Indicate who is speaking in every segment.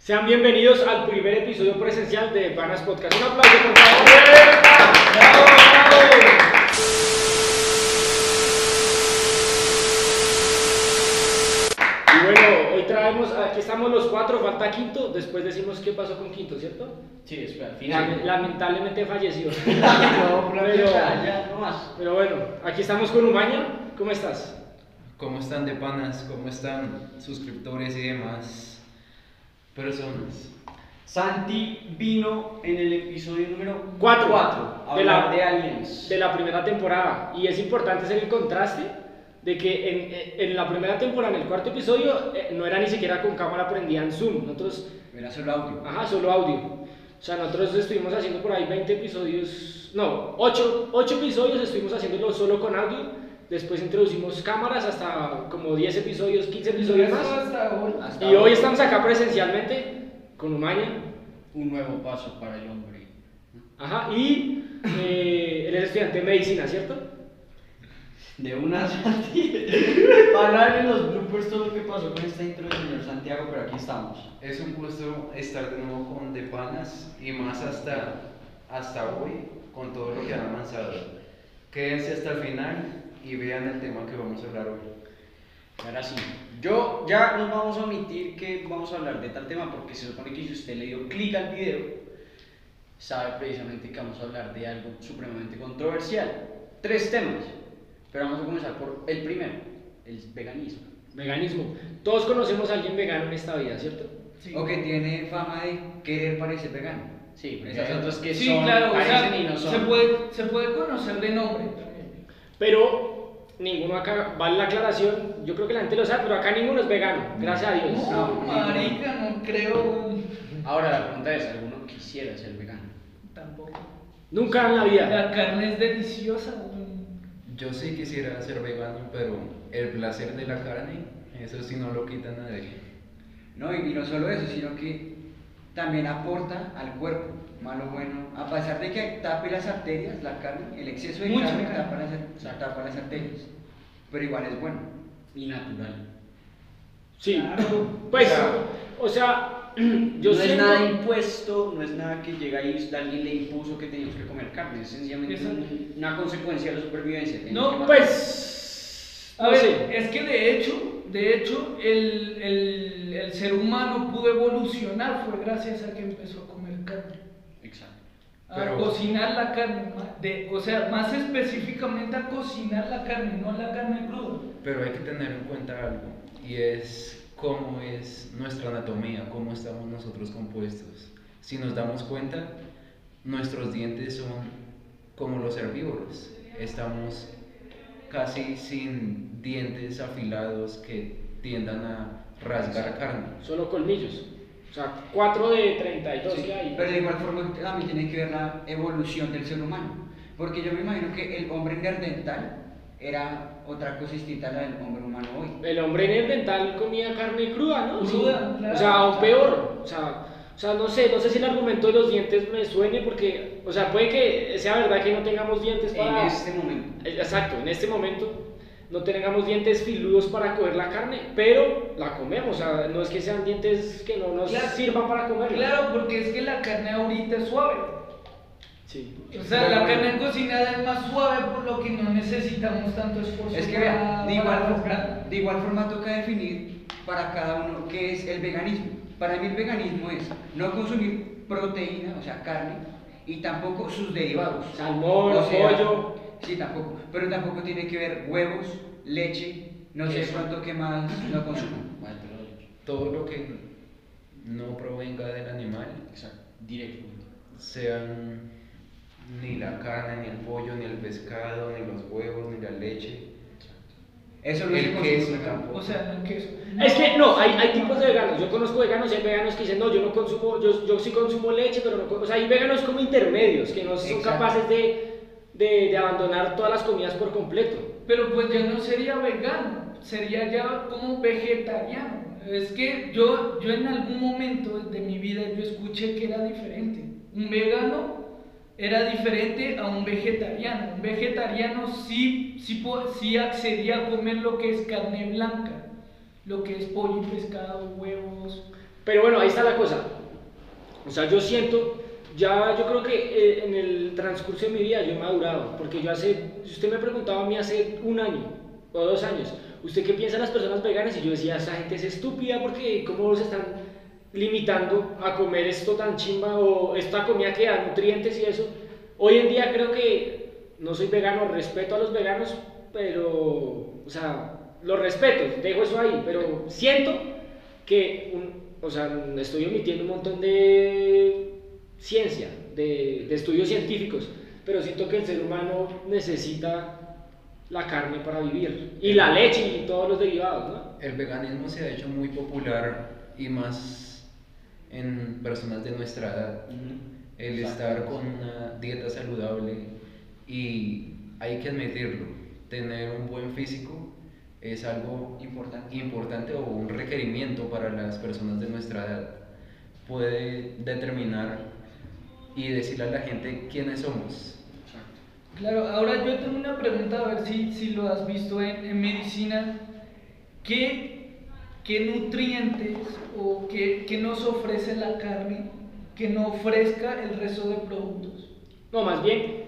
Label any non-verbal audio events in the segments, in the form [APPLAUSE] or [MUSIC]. Speaker 1: Sean bienvenidos al primer episodio presencial de Vanas Podcast. Un aplauso, por favor. ¡Bravo, bravo! Y bueno, hoy traemos, aquí estamos los cuatro, falta Quinto, después decimos qué pasó con Quinto, ¿cierto?
Speaker 2: Sí, espera,
Speaker 1: Lame- Lamentablemente falleció.
Speaker 2: [LAUGHS] No,
Speaker 1: Pero-
Speaker 2: ya, ya, no más.
Speaker 1: Pero bueno, aquí estamos con Umaña, ¿cómo estás?
Speaker 3: ¿Cómo están de panas? ¿Cómo están suscriptores y demás personas?
Speaker 2: Santi vino en el episodio número
Speaker 1: Cuatro.
Speaker 2: cuatro, a
Speaker 1: De la-
Speaker 2: hablar de aliens.
Speaker 1: de la primera temporada. Y es importante hacer el contraste de que en, en la primera temporada, en el cuarto episodio, eh, no era ni siquiera con cámara prendida en Zoom. Nosotros,
Speaker 2: Era solo audio.
Speaker 1: ajá, solo audio. O sea, nosotros estuvimos haciendo por ahí 20 episodios, no, 8, episodios estuvimos haciéndolo solo con audio. Después introducimos cámaras hasta como 10 episodios, 15 episodios más.
Speaker 2: Hasta
Speaker 1: Y hoy estamos acá presencialmente con Umaña.
Speaker 2: Un nuevo paso para el hombre.
Speaker 1: Ajá, y eh, él es estudiante de medicina, ¿cierto?
Speaker 2: De una [LAUGHS] Santi. Para hablar en los bloopers todo lo que pasó con esta intro del señor Santiago, pero aquí estamos.
Speaker 3: Es un gusto estar de nuevo con de panas y más hasta, hasta hoy con todo lo que han avanzado. Quédense hasta el final y vean el tema que vamos a hablar hoy.
Speaker 2: Ahora sí. Yo ya nos vamos a omitir que vamos a hablar de tal tema porque se supone que si usted le dio clic al video, sabe precisamente que vamos a hablar de algo supremamente controversial. Tres temas. Pero vamos a comenzar por el primero, el veganismo.
Speaker 1: Veganismo. Todos conocemos a alguien vegano en esta vida, ¿cierto?
Speaker 3: O que tiene fama de querer parecer vegano.
Speaker 2: Sí,
Speaker 3: porque
Speaker 2: esas
Speaker 3: hay
Speaker 2: otras que
Speaker 4: Sí,
Speaker 2: son,
Speaker 4: claro, o sea,
Speaker 2: parecen y no son.
Speaker 4: se, puede, se puede conocer de nombre también.
Speaker 1: Pero ninguno acá, vale la aclaración, yo creo que la gente lo sabe, pero acá ninguno es vegano, gracias a Dios. Ah,
Speaker 4: No, marica, no creo
Speaker 2: Ahora la pregunta es, ¿alguno quisiera ser vegano?
Speaker 4: tampoco.
Speaker 1: Nunca en la vida.
Speaker 4: La carne es deliciosa. güey.
Speaker 3: Yo sí quisiera ser vegano, pero el placer de la carne, eso sí no lo quita nadie.
Speaker 5: No, y no solo eso, sino que también aporta al cuerpo, malo o bueno. A pesar de que tape las arterias, la carne, el exceso de
Speaker 4: Mucha
Speaker 5: carne
Speaker 4: carne.
Speaker 5: tapa las, ar- tapa las arterias, pero igual es bueno.
Speaker 2: Y natural.
Speaker 1: Sí.
Speaker 4: Claro.
Speaker 1: Pues, o sea, [CLEARS THROAT] yo
Speaker 2: no
Speaker 1: siento-
Speaker 2: es nada impuesto, no es nada que llega y alguien le impuso que teníamos que comer carne, es sencillamente
Speaker 4: Exacto.
Speaker 2: un- una consecuencia de la supervivencia. tenemos
Speaker 4: No,
Speaker 2: que matar.
Speaker 1: Pues,
Speaker 4: A
Speaker 1: no
Speaker 4: ver,
Speaker 1: sé.
Speaker 4: es que de hecho, de hecho, el, el- el ser humano pudo evolucionar, fue gracias a que empezó a comer carne.
Speaker 2: Exacto.
Speaker 4: A
Speaker 3: Pero-
Speaker 4: cocinar la carne, ma- de, o sea, más específicamente a cocinar la carne, no la carne cruda.
Speaker 3: Pero hay que tener en cuenta algo, y es cómo es nuestra anatomía, cómo estamos nosotros compuestos. Si nos damos cuenta, nuestros dientes son como los herbívoros. Estamos casi sin dientes afilados que tiendan a rasgar carne.
Speaker 1: Solo colmillos. O sea, 4 de 32
Speaker 5: Sí,
Speaker 1: que hay.
Speaker 5: Pero de igual forma también tiene que ver la evolución del ser humano, porque yo me imagino que el hombre neandertal era otra cosa distinta a la del hombre humano hoy.
Speaker 1: El hombre en el dental comía carne cruda, ¿no?
Speaker 4: Cruda,
Speaker 1: Sí.
Speaker 4: claro.
Speaker 1: O sea, aún peor. O sea, o sea, no sé, no sé si el argumento de los dientes me suene porque, o sea, puede que sea verdad que no tengamos dientes para...
Speaker 2: En este momento.
Speaker 1: Exacto, en este momento no tengamos dientes filudos para comer la carne, pero la comemos. O sea, no es que sean dientes que no nos
Speaker 4: Claro.
Speaker 1: sirvan para comerla.
Speaker 4: Claro, porque es que la carne ahorita es suave.
Speaker 1: Sí.
Speaker 4: O sea, la carne cocinada es más suave, por lo que no necesitamos tanto esfuerzo.
Speaker 5: Es que
Speaker 4: para-
Speaker 5: vea, de
Speaker 4: para
Speaker 5: igual,
Speaker 4: lograr.
Speaker 5: de igual forma toca definir para cada uno qué es el veganismo. Para mí el veganismo es no consumir proteína, o sea, carne, y tampoco sus derivados.
Speaker 1: Salmón,
Speaker 5: O sea,
Speaker 1: pollo.
Speaker 5: Sí, tampoco. Pero tampoco tiene que ver huevos, leche, no sé
Speaker 2: Queso.
Speaker 5: cuánto que más no consuman.
Speaker 2: Vale, te lo digo.
Speaker 3: Todo lo que no provenga del animal
Speaker 2: Exacto. Directo.
Speaker 3: sean ni la carne, ni el pollo, ni el pescado, ni los huevos, ni la leche.
Speaker 5: Eso no
Speaker 3: El
Speaker 5: se
Speaker 3: queso
Speaker 5: consume tampoco.
Speaker 4: O sea, no queso.
Speaker 1: Es que no, hay, hay tipos de veganos. Yo conozco veganos y hay veganos que dicen, no, yo no consumo, yo, yo sí consumo leche, pero no consumo. O sea, hay veganos como intermedios que no son
Speaker 5: Exacto.
Speaker 1: capaces de, de, de abandonar todas las comidas por completo.
Speaker 4: Pero pues ya no sería vegano, sería ya como vegetariano. Es que yo, yo en algún momento de mi vida yo escuché que era diferente. Un vegano era diferente a un vegetariano. Un vegetariano sí, sí, po- sí accedía a comer lo que es carne blanca, lo que es pollo, pescado, huevos.
Speaker 1: Pero bueno, ahí está la cosa. O sea, yo siento, ya yo creo que eh, en el transcurso de mi vida yo he madurado, porque yo hace, si usted me preguntaba a mí hace un año o dos años, ¿usted qué piensa de las personas veganas? Y yo decía, esa gente es estúpida porque cómo se están limitando a comer esto tan chimba o esta comida que da nutrientes y eso. Hoy en día creo que no soy vegano, respeto a los veganos, pero, o sea, los respeto, dejo eso ahí, pero siento que, un- o sea, estoy omitiendo un montón de ciencia, de, de estudios científicos, pero siento que el ser humano necesita la carne para vivir y la leche y todos los derivados, ¿no?
Speaker 3: El veganismo se ha hecho muy popular y más en personas de nuestra edad. El estar con una dieta saludable y hay que admitirlo, tener un buen físico es algo
Speaker 5: Importante.
Speaker 3: importante o un requerimiento para las personas de nuestra edad. Puede determinar y decirle a la gente quiénes somos.
Speaker 5: Exacto.
Speaker 4: Claro, ahora yo tengo una pregunta, a ver si, si lo has visto en, en medicina. ¿Qué, qué nutrientes o qué, qué nos ofrece la carne que no ofrezca el resto de productos?
Speaker 1: No, más bien,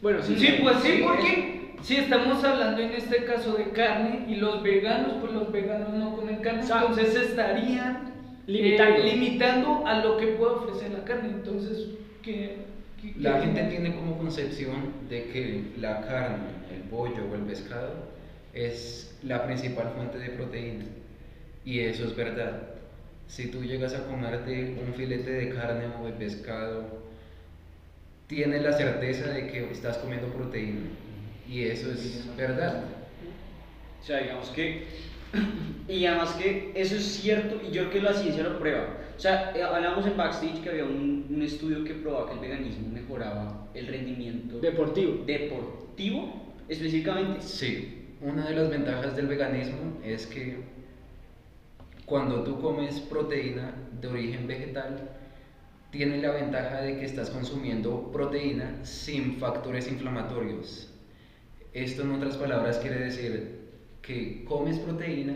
Speaker 1: bueno, sí.
Speaker 4: Sí, pues sí,
Speaker 5: sí,
Speaker 4: porque si estamos hablando en este caso de carne y los veganos, pues los veganos no comen carne,
Speaker 1: Exacto.
Speaker 4: entonces se estarían
Speaker 1: Limitando.
Speaker 4: eh, limitando a lo que puede ofrecer la carne. Entonces, ¿qué? qué-
Speaker 3: La
Speaker 4: qué-
Speaker 3: gente tiene como concepción de que la carne, el pollo o el pescado es la principal fuente de proteína. Y eso es verdad. Si tú llegas a comerte un filete de carne o de pescado, tienes la certeza de que estás comiendo proteína. Y eso es verdad.
Speaker 2: O sea, digamos que. [CLEARS THROAT] Y además que eso es cierto y yo creo que la ciencia lo prueba. O sea, eh, hablamos en backstage que había un, un estudio que probaba que el veganismo mejoraba el rendimiento
Speaker 1: Deportivo.
Speaker 2: deportivo específicamente.
Speaker 3: Sí, una de las ventajas del veganismo es que cuando tú comes proteína de origen vegetal, tiene la ventaja de que estás consumiendo proteína sin factores inflamatorios. Esto en otras palabras quiere decir que comes proteína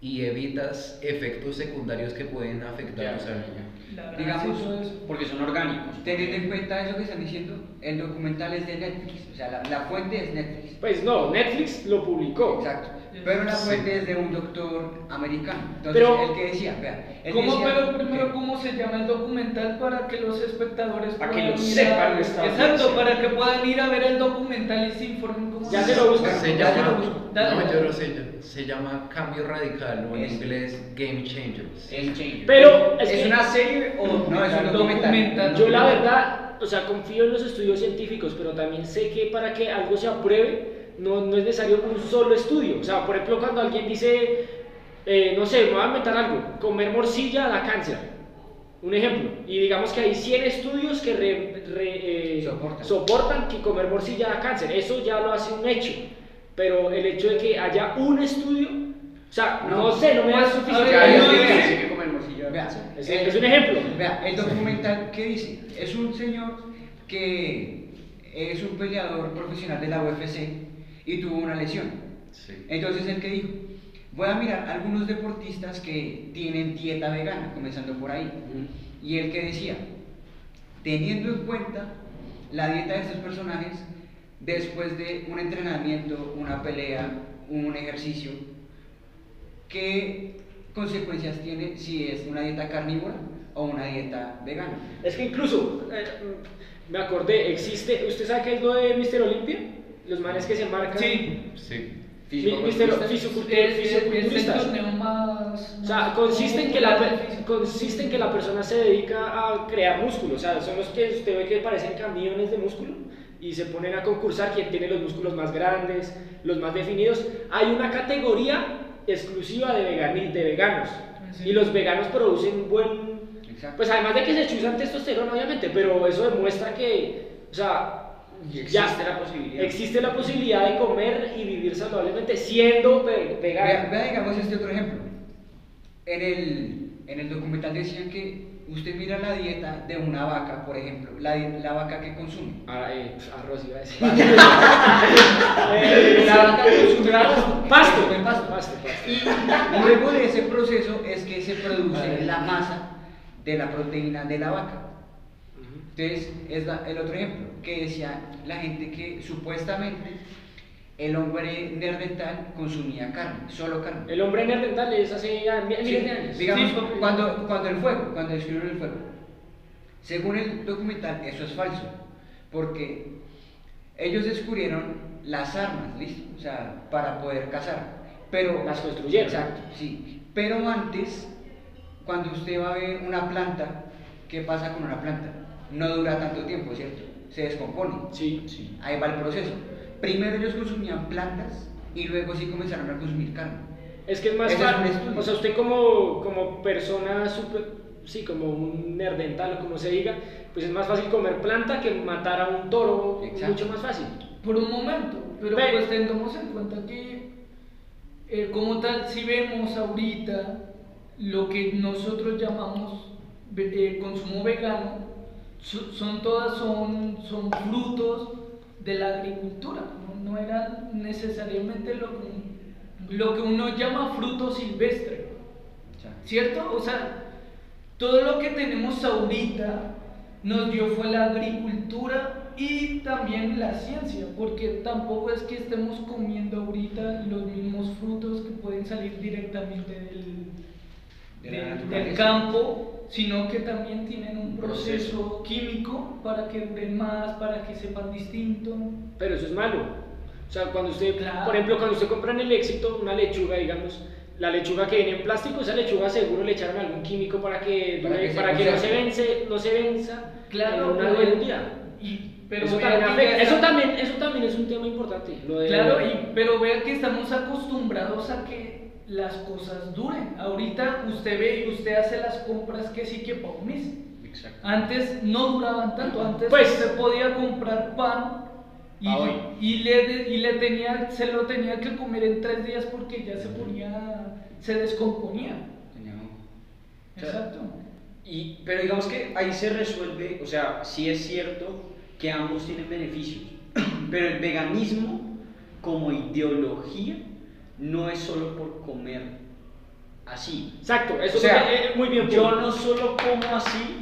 Speaker 3: y evitas efectos secundarios que pueden afectar tu
Speaker 2: Ya,
Speaker 3: salud.
Speaker 2: ya,
Speaker 4: la verdad,
Speaker 5: Digamos,
Speaker 4: sí, todo eso.
Speaker 2: Porque son orgánicos.
Speaker 5: Teniendo en cuenta eso que están diciendo, el documental es de Netflix, o sea, la, la fuente es Netflix.
Speaker 1: Pues no, Netflix lo publicó.
Speaker 5: Exacto.
Speaker 4: Sí.
Speaker 5: Pero la
Speaker 3: Sí.
Speaker 5: fuente es de un doctor americano. Entonces,
Speaker 1: Pero-
Speaker 5: el que decía, vea. él
Speaker 4: ¿Cómo,
Speaker 5: decía
Speaker 4: pero
Speaker 5: que-
Speaker 4: primero, ¿cómo se llama el documental para que los espectadores
Speaker 2: Para que
Speaker 4: puedan
Speaker 2: lo
Speaker 4: ir
Speaker 2: sepan,
Speaker 4: a-
Speaker 2: lo están
Speaker 4: Exacto,
Speaker 2: haciendo.
Speaker 4: para que puedan ir a ver el documental y se informen cómo
Speaker 1: Ya se lo buscan.
Speaker 5: Bueno,
Speaker 3: Se
Speaker 5: ya
Speaker 3: llama,
Speaker 5: yo lo busco.
Speaker 4: Dale,
Speaker 3: no,
Speaker 4: dale.
Speaker 3: yo lo sé, se llama cambio radical o en
Speaker 5: Es-
Speaker 3: inglés game changers.
Speaker 2: Es change.
Speaker 1: Pero, es
Speaker 2: ¿Es
Speaker 1: que-
Speaker 2: una serie o.?
Speaker 5: No, es un
Speaker 4: Documental.
Speaker 5: documental.
Speaker 1: Yo la verdad, o sea, confío en los estudios científicos, pero también sé que para que algo se apruebe no, no es necesario un solo estudio. O sea, por ejemplo, cuando alguien dice, eh, no sé, me voy a inventar algo, comer morcilla da cáncer. Un ejemplo. Y digamos que hay 100 estudios que re- re- eh,
Speaker 5: Soportan.
Speaker 1: soportan que comer morcilla da cáncer. Eso ya lo hace un hecho. Pero el hecho de que haya un estudio, o sea, no,
Speaker 5: No.
Speaker 1: sé, no me da
Speaker 4: Pues, a
Speaker 1: suficiente.
Speaker 4: ver,
Speaker 5: no
Speaker 1: evidencia.
Speaker 5: digas.
Speaker 2: que comer morcilla.
Speaker 5: Vea,
Speaker 1: Es-
Speaker 5: el-
Speaker 1: es un ejemplo.
Speaker 5: Vea, el documental que dice, es un señor que es un peleador profesional de la UFC y tuvo una lesión.
Speaker 3: Sí.
Speaker 5: Entonces el que dijo, voy a mirar algunos deportistas que tienen dieta vegana, comenzando por ahí. Y el que decía, teniendo en cuenta la dieta de estos personajes, después de un entrenamiento, una pelea, un ejercicio, ¿qué consecuencias tiene si es una dieta carnívora o una dieta vegana?
Speaker 1: Es que incluso, eh, mm, me acordé, existe, ¿usted sabe qué es lo de Mr. Olimpia? Los manes que se marcan.
Speaker 4: Sí,
Speaker 3: Sí.
Speaker 1: Mi- Mr.
Speaker 2: Fisicoculturistas.
Speaker 1: fisicultu-
Speaker 4: es, es- es el
Speaker 1: fisiculturistas.
Speaker 4: torneo más...
Speaker 1: O sea, consiste en, que la, per- consiste en que la persona se dedica a crear músculo. O sea, son los que usted ve que parecen camiones de músculo y se ponen a concursar quién tiene los músculos más grandes, los más definidos. Hay una categoría exclusiva de, vegani- de veganos.
Speaker 4: Sí.
Speaker 1: Y los veganos producen un buen
Speaker 5: Exacto.
Speaker 1: Pues además de que se chuzan testosterona, obviamente, pero eso demuestra que, o sea,
Speaker 2: Y
Speaker 1: ya-
Speaker 2: existe la posibilidad.
Speaker 1: Existe la posibilidad de comer y vivir saludablemente siendo pe-
Speaker 5: Vea,
Speaker 1: vegano.
Speaker 5: vea, digamos este otro ejemplo. En el, en el documental decían que usted mira la dieta de una vaca, por ejemplo, la, di- la vaca que consume.
Speaker 1: Ah, eh, arroz iba a decir. Eh,
Speaker 5: La vaca consume pasto.
Speaker 1: Pasto,
Speaker 5: Consume
Speaker 1: pasto,
Speaker 5: pasto.
Speaker 1: pasto.
Speaker 5: Y luego de ese proceso es que se produce la masa de la proteína de la vaca.
Speaker 1: Ujú.
Speaker 5: Entonces, es la- el otro ejemplo que decía la gente que supuestamente el hombre neandertal consumía carne, solo carne.
Speaker 1: El hombre neandertal es hace ya mi- miles de años.
Speaker 5: Digamos,
Speaker 1: Sí, porque-
Speaker 5: cuando, cuando el fuego, cuando describieron el fuego. Según el documental, eso es falso, porque ellos descubrieron las armas, ¿listo? O sea, para poder cazar. Pero,
Speaker 1: Las construyeron.
Speaker 5: Exacto, sí. Pero antes, cuando usted va a ver una planta, ¿qué pasa con una planta? No dura tanto tiempo, ¿cierto? Se descompone.
Speaker 1: Sí.
Speaker 5: Ahí va el proceso. Primero ellos consumían plantas y luego sí comenzaron a consumir carne.
Speaker 1: Es que es más
Speaker 5: Ese es un
Speaker 1: fácil.
Speaker 5: estudio.
Speaker 1: O sea, usted como, como persona super, sí, como un nerdental o como se diga, pues es más fácil comer planta que matar a un toro,
Speaker 5: Exacto.
Speaker 1: mucho más fácil.
Speaker 4: por un momento, pero
Speaker 1: Pero-
Speaker 4: pues tengamos en cuenta que eh, como tal, si vemos ahorita lo que nosotros llamamos ve- eh, consumo vegano, so- son todas son, son frutos de la agricultura, no, no eran necesariamente lo que, un- lo que uno llama fruto silvestre. ¿Cierto? O sea, todo lo que tenemos ahorita nos dio fue la agricultura y también la ciencia, porque tampoco es que estemos comiendo ahorita los mismos frutos que pueden salir directamente del,
Speaker 5: De la
Speaker 4: del-
Speaker 5: naturaleza.
Speaker 4: del campo, sino que también tienen un
Speaker 2: Un
Speaker 4: proceso,
Speaker 2: proceso.
Speaker 4: químico para que duren más, para que sepan distinto.
Speaker 1: Pero eso es malo. O sea, cuando usted,
Speaker 4: Claro.
Speaker 1: por ejemplo, cuando usted compra en el éxito una lechuga, digamos, la lechuga que viene en plástico, esa lechuga seguro le echaron algún químico para que,
Speaker 5: Para
Speaker 1: dure-
Speaker 5: que se
Speaker 1: para que no, se
Speaker 5: conserve.
Speaker 1: vence, no se venza
Speaker 4: Claro,
Speaker 1: en una-
Speaker 4: pero-
Speaker 1: en un día.
Speaker 4: Y, pero
Speaker 1: eso,
Speaker 4: vea
Speaker 1: también
Speaker 4: que
Speaker 1: afecta-
Speaker 4: ya
Speaker 1: eso,
Speaker 4: está-
Speaker 1: también, eso también es un tema importante. lo de-
Speaker 4: Claro, y, pero vea que estamos acostumbrados a que las cosas duren. Ahorita usted ve y usted hace las compras que sí que por un mes.
Speaker 2: Exacto.
Speaker 4: Antes no duraban tanto, antes
Speaker 1: Pues-
Speaker 4: usted podía comprar pan y,
Speaker 2: Pa' hoy.
Speaker 4: y le, de- y le tenía, se lo tenía que comer en tres días porque ya se ponía, se descomponía.
Speaker 2: Tenía un- Claro.
Speaker 4: Exacto.
Speaker 2: Y, pero digamos que ahí se resuelve, o sea, sí es cierto que ambos tienen beneficios, [COUGHS] pero el veganismo como ideología no es solo por comer así.
Speaker 1: Exacto, eso
Speaker 2: o sea,
Speaker 1: es eh, muy bien.
Speaker 2: yo
Speaker 1: punto.
Speaker 2: no solo como así,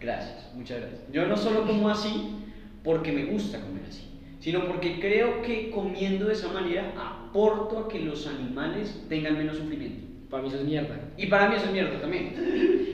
Speaker 2: gracias, muchas gracias. Yo no solo como así porque me gusta comer así, sino porque creo que comiendo de esa manera aporto a que los animales tengan menos sufrimiento.
Speaker 1: Para mí eso es mierda.
Speaker 2: Y para mí eso es mierda también.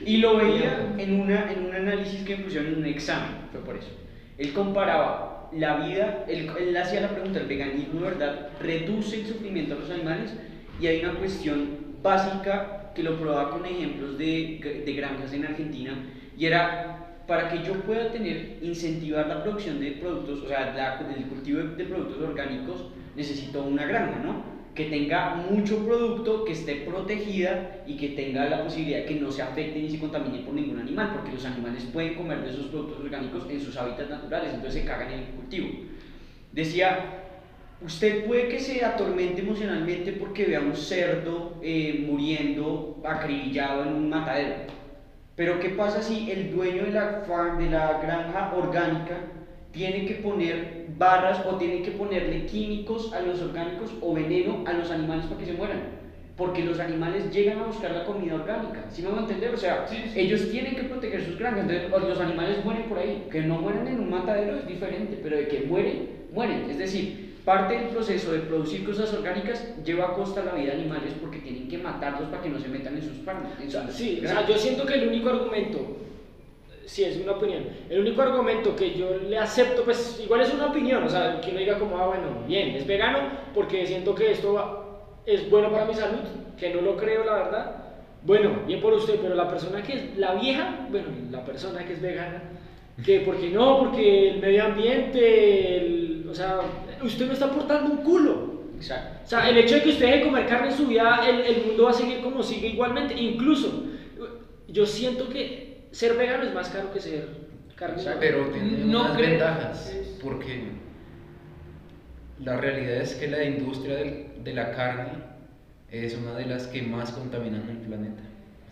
Speaker 2: Y lo veía en, una, en un análisis que me pusieron en un examen, fue por eso. Él comparaba la vida, él, él hacía la pregunta, ¿el veganismo de verdad reduce el sufrimiento a los animales? Y hay una cuestión básica que lo probaba con ejemplos de, gr- de granjas en Argentina, y era para que yo pueda tener, incentivar la producción de productos, o sea, la- el cultivo de, de productos orgánicos, necesito una granja, ¿no? que tenga mucho producto, que esté protegida y que tenga la posibilidad de que no se afecte ni se contamine por ningún animal, porque los animales pueden comer de esos productos orgánicos en sus hábitats naturales, entonces se cagan en el cultivo. Decía, usted puede que se atormente emocionalmente porque vea un cerdo eh, muriendo acribillado en un matadero, pero ¿qué pasa si el dueño de la, farm, de la granja orgánica tiene que poner barras o tiene que ponerle químicos a los orgánicos o veneno a los animales para que se mueran? Porque los animales llegan a buscar la comida orgánica. ¿Sí me van a entender? O sea,
Speaker 4: Sí, sí.
Speaker 2: ellos tienen que proteger sus granjas. Entonces, o los animales mueren por ahí. Que no mueran en un matadero es diferente, pero de que mueren, mueren. Es decir, parte del proceso de producir cosas orgánicas lleva a costa la vida de animales porque tienen que matarlos para que no se metan en sus farmas. en
Speaker 1: O sea,
Speaker 2: sus
Speaker 1: sí, o sea,
Speaker 2: granjas.
Speaker 1: yo siento que el único argumento, sí, es una opinión, el único argumento que yo le acepto, pues igual es una opinión, o sea, que no diga como, ah, bueno, bien, es vegano, porque siento que esto va- es bueno para mi salud, que no lo creo, la verdad. Bueno, bien por usted, pero la persona que es, la vieja, bueno, la persona que es vegana, que porque no, porque el medio ambiente, el- o sea, usted no está aportando un culo.
Speaker 2: Exacto.
Speaker 1: O sea, el hecho de que usted deje de comer carne en su vida, el, el mundo va a seguir como sigue igualmente. Incluso, yo siento que ser vegano es más caro que ser carnívoro.
Speaker 3: Pero tiene
Speaker 4: No
Speaker 3: unas
Speaker 4: creo.
Speaker 3: ventajas, porque la realidad es que la industria del- de la carne es una de las que más contaminan el planeta.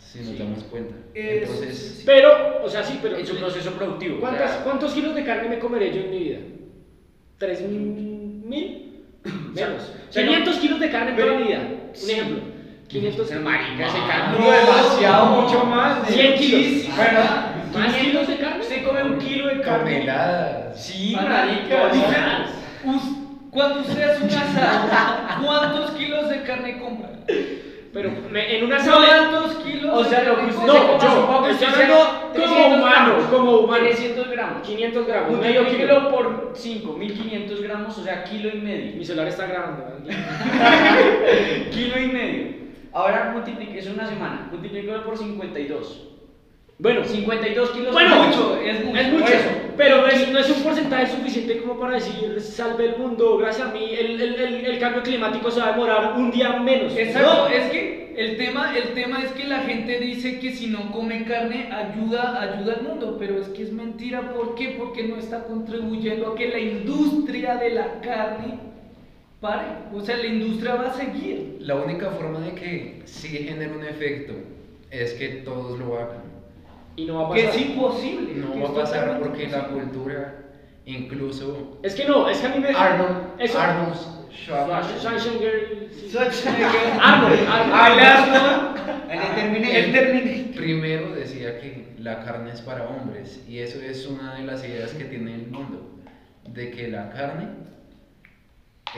Speaker 3: si nos
Speaker 2: Sí.
Speaker 3: damos cuenta.
Speaker 4: Es-
Speaker 3: Entonces,
Speaker 1: Pero, o sea, sí, pero.
Speaker 2: En su proceso productivo. o
Speaker 1: ¿Cuántas-
Speaker 2: sea,
Speaker 1: ¿Cuántos kilos de carne me comeré yo en mi vida? ¿Tres mil? Menos.
Speaker 2: o sea,
Speaker 1: 500 kilos de carne en toda
Speaker 2: pero-
Speaker 1: mi vida. Un
Speaker 2: sí.
Speaker 1: ejemplo. 500
Speaker 2: Ese marica se
Speaker 1: Ah,
Speaker 2: calculó
Speaker 5: no,
Speaker 2: demasiado,
Speaker 5: no,
Speaker 2: mucho más. de-
Speaker 1: 100 kilos.
Speaker 2: Bueno, [LAUGHS]
Speaker 1: ¿Más
Speaker 2: 500
Speaker 1: kilos de carne?
Speaker 2: Usted come un kilo de carne.
Speaker 3: toneladas.
Speaker 2: Sí,
Speaker 4: marica,
Speaker 2: marica.
Speaker 4: diga, us- cuando usted hace un asado, ¿cuántos kilos de carne compra?
Speaker 1: Pero me- en una sala.
Speaker 4: ¿Cuántos kilos?
Speaker 2: O sea,
Speaker 4: de
Speaker 2: lo
Speaker 4: carne
Speaker 2: que usted
Speaker 4: compra?
Speaker 2: se
Speaker 1: No,
Speaker 2: coma,
Speaker 1: yo.
Speaker 2: supongo que
Speaker 1: Estoy
Speaker 2: usted
Speaker 1: hablando
Speaker 2: sea
Speaker 1: como
Speaker 2: 300
Speaker 1: humano.
Speaker 2: gramos.
Speaker 1: Como humano.
Speaker 2: 300 gramos.
Speaker 1: 500 gramos. Medio kilo.
Speaker 2: Multiplíquelo por 5, 1500 gramos, o sea, kilo y medio.
Speaker 1: Mi celular está grabando. ¿verdad?
Speaker 2: Kilo y medio. Ahora multiplique, es una semana, multiplíquelo por 52.
Speaker 1: Bueno,
Speaker 2: 52 kilos
Speaker 1: Bueno,
Speaker 2: es
Speaker 4: mucho, es mucho.
Speaker 1: Es mucho,
Speaker 2: Por eso.
Speaker 1: pero no es, no es un porcentaje suficiente como para decir salve el mundo, gracias a mí el, el- el- el cambio climático se va a demorar un día menos. No,
Speaker 4: Exacto, es que el tema, el tema es que la gente dice que si no come carne ayuda, ayuda al mundo, pero es que es mentira. ¿Por qué? Porque no está contribuyendo a que la industria de la carne pare. O sea, la industria va a seguir.
Speaker 3: La única forma de que sí genere un efecto es que todos lo hagan.
Speaker 1: y no va a
Speaker 4: Que
Speaker 1: pasar.
Speaker 4: es imposible.
Speaker 3: No
Speaker 4: que
Speaker 3: va a
Speaker 4: esto
Speaker 3: pasar
Speaker 4: realmente
Speaker 3: porque la
Speaker 4: imposible.
Speaker 3: cultura, incluso
Speaker 1: Es que no, es que a mí me.
Speaker 3: Arnold,
Speaker 1: Eso-
Speaker 3: Arnold Schwarzenegger,
Speaker 1: Schwarzenegger, sí.
Speaker 5: Schwarzenegger.
Speaker 1: Arnold, Arnold.
Speaker 5: El terminé,
Speaker 3: el-
Speaker 5: el terminé.
Speaker 3: primero decía que la carne es para hombres y eso es una de las ideas que tiene el mundo, de que la carne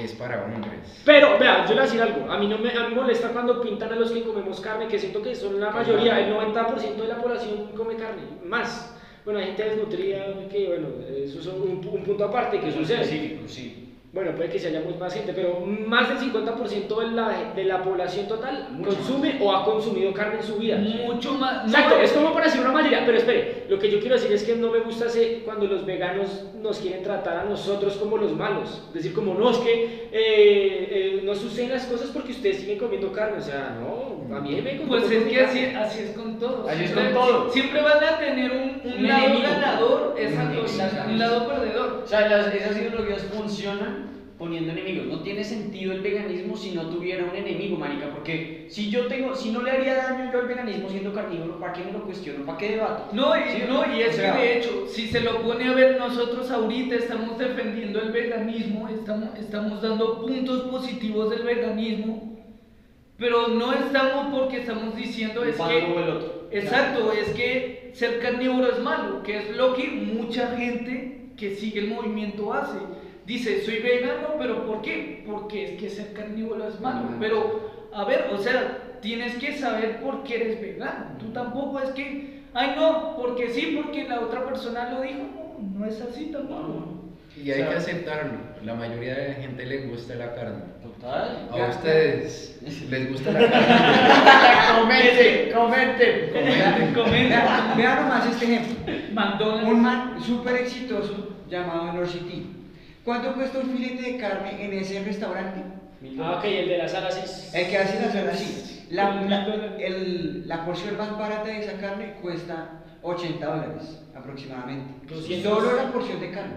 Speaker 3: es para hombres.
Speaker 1: Pero, vea, yo le voy a decir algo. A mí no me, a mí me molesta cuando pintan a los que comemos carne, que siento que son la mayoría, el 90% de la población come carne, más. Bueno, hay gente desnutrida, que bueno, eso es un, un punto aparte que sucede.
Speaker 2: específico, sí.
Speaker 1: Bueno, puede que se haya muy más gente, pero más del 50% de la, de la población total
Speaker 2: Mucho
Speaker 1: consume o ha consumido carne en su vida.
Speaker 4: Mucho más. no,
Speaker 1: Exacto, es como para decir una mayoría, pero espere, lo que yo quiero decir es que no me gusta ese- cuando los veganos nos quieren tratar a nosotros como los malos. Es decir, como no, es que eh, eh, no suceden las cosas porque ustedes siguen comiendo carne. O sea, no, a mí me
Speaker 4: Pues es que así,
Speaker 1: hacía
Speaker 4: así es con todo.
Speaker 2: Así es
Speaker 4: Siempre-
Speaker 2: con todo.
Speaker 4: Siempre van a tener un, un
Speaker 2: Un
Speaker 4: lado
Speaker 2: enemigo.
Speaker 4: ganador,
Speaker 2: enemigo,
Speaker 4: exacto, y
Speaker 2: exactamente.
Speaker 4: un lado perdedor.
Speaker 2: O sea, las- esas ideologías funcionan poniendo enemigos. No tiene sentido el veganismo si no tuviera un enemigo, marica, porque si yo tengo, si no le haría daño yo al veganismo siendo carnívoro, ¿para qué me lo cuestiono? ¿Para qué debato?
Speaker 4: No, y,
Speaker 2: Sí,
Speaker 4: no, y es
Speaker 2: o sea,
Speaker 4: que de hecho, si se lo pone a ver, nosotros ahorita estamos defendiendo el veganismo, estamos, estamos dando puntos positivos del veganismo, pero no estamos porque estamos diciendo
Speaker 2: Un
Speaker 4: es
Speaker 2: bando o el
Speaker 4: que.
Speaker 2: otro.
Speaker 4: Exacto, es que ser carnívoro es malo, que es lo que mucha gente que sigue el movimiento hace. Dice, soy vegano, pero ¿por qué? Porque es que ser carnívoro es malo.
Speaker 2: Ajá.
Speaker 4: Pero, a ver, o sea, tienes que saber por qué eres vegano. Tú tampoco es que, ay no, porque sí, porque la otra persona lo dijo. No, no es así tampoco.
Speaker 3: Y hay
Speaker 2: O sea-
Speaker 3: que aceptarlo, la mayoría de la gente le gusta la carne.
Speaker 2: Total.
Speaker 3: A ustedes les
Speaker 5: [LAUGHS]
Speaker 3: gusta la carne.
Speaker 2: Comete, comete.
Speaker 4: [LAUGHS]
Speaker 3: Comenten.
Speaker 5: [LAUGHS] Vea, vea nomás este ejemplo.
Speaker 4: McDonald's.
Speaker 5: Un man súper exitoso llamado Lord City. ¿Cuánto cuesta un filete de carne en ese restaurante?
Speaker 1: Ah, ok, el de las alas es.
Speaker 5: El que hace la cena así. La, la- el- la porción más barata de esa carne cuesta 80 dólares aproximadamente.
Speaker 1: 200.
Speaker 5: Solo la porción de carne,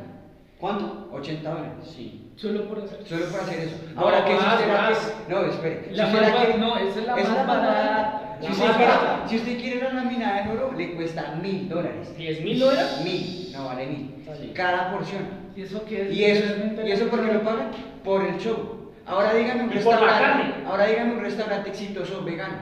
Speaker 2: ¿Cuánto?
Speaker 5: 80 dólares.
Speaker 2: Sí.
Speaker 4: Solo por hacer.
Speaker 5: Solo para hacer eso.
Speaker 1: No,
Speaker 5: Ahora, que si
Speaker 1: más,
Speaker 5: será
Speaker 1: más.
Speaker 5: que.? No, espere.
Speaker 4: La
Speaker 5: si
Speaker 4: más
Speaker 5: será
Speaker 4: barata-
Speaker 5: que-
Speaker 4: no, esa es la
Speaker 5: esa
Speaker 4: más barata.
Speaker 5: barata.
Speaker 1: La
Speaker 5: Si
Speaker 1: más
Speaker 5: usted quiere-
Speaker 1: barata.
Speaker 5: Si usted quiere la laminada en oro, le cuesta mil dólares.
Speaker 1: ¿10 mil dólares?
Speaker 5: Mil, no vale mil.
Speaker 2: Sí.
Speaker 5: Cada porción.
Speaker 4: ¿Y eso qué es?
Speaker 5: ¿Y eso,
Speaker 4: Realmente
Speaker 5: ¿Y eso por qué lo
Speaker 4: la-
Speaker 5: pagan? Por el show. Ahora díganme un
Speaker 1: Y por la
Speaker 5: restaurante.
Speaker 1: carne.
Speaker 5: Ahora díganme un restaurante exitoso vegano.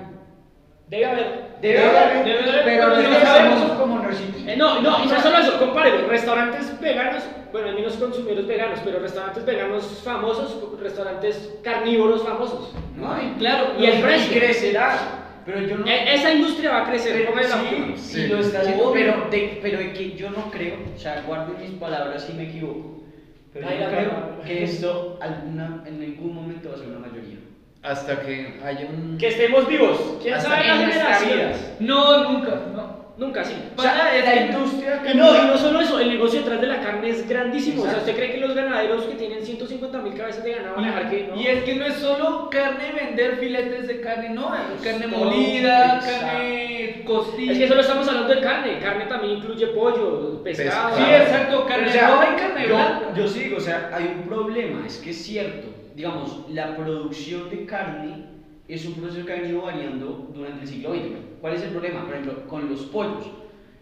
Speaker 1: Debe haber.
Speaker 2: Debe haber,
Speaker 1: debe haber,
Speaker 5: pero no
Speaker 1: pero
Speaker 5: es
Speaker 1: no
Speaker 5: tan
Speaker 1: sabemos.
Speaker 5: famoso como Norcity.
Speaker 1: Eh, no, no, y no solo eso, compárelo, restaurantes veganos, bueno, al menos consumidores veganos, pero restaurantes veganos famosos, restaurantes carnívoros famosos.
Speaker 5: No hay.
Speaker 4: Claro,
Speaker 1: Y el
Speaker 4: los-
Speaker 1: precio.
Speaker 2: crecerá. Pero yo no.
Speaker 1: E- esa industria va a crecer,
Speaker 2: Pero
Speaker 1: póngale la
Speaker 2: sí,
Speaker 1: firma.
Speaker 2: sí, lo está
Speaker 4: Sí.
Speaker 2: haciendo,
Speaker 4: Obvio.
Speaker 2: pero, de- pero de que yo no creo, o sea, guarden mis palabras si me equivoco, pero
Speaker 1: Ay,
Speaker 2: yo
Speaker 1: la
Speaker 2: no creo
Speaker 1: palabra.
Speaker 2: que esto alguna, en ningún momento va a ser una mayoría.
Speaker 3: Hasta que haya un...
Speaker 1: Que estemos vivos. ¿Quién
Speaker 3: Hasta
Speaker 1: sabe
Speaker 3: en
Speaker 1: las
Speaker 3: nuestra
Speaker 1: generaciones?
Speaker 4: No, nunca, no.
Speaker 1: Nunca, sí.
Speaker 2: O sea,
Speaker 4: Para- es
Speaker 2: la
Speaker 4: que-
Speaker 2: industria
Speaker 1: Y no, y no solo eso, el negocio detrás de la carne es grandísimo. O sea,
Speaker 2: Exacto.
Speaker 1: ¿usted cree que los ganaderos que tienen 150 mil cabezas de ganado van a dejar que no?
Speaker 4: Y es que no es solo carne, vender filetes de carne, no, hay carne
Speaker 2: todo,
Speaker 4: molida,
Speaker 2: exacto.
Speaker 4: carne costilla.
Speaker 1: Es que solo estamos hablando de carne, carne también incluye pollo, pescado.
Speaker 3: Pescado.
Speaker 4: Sí, exacto, carne
Speaker 2: Pero, o sea,
Speaker 4: roja y carne
Speaker 2: yo,
Speaker 4: blanca.
Speaker 2: Yo sí digo, o sea, hay un problema, es que es cierto. Digamos, la producción de carne es un proceso que ha venido variando durante el siglo XX. ¿Cuál es el problema? Por ejemplo, con los pollos.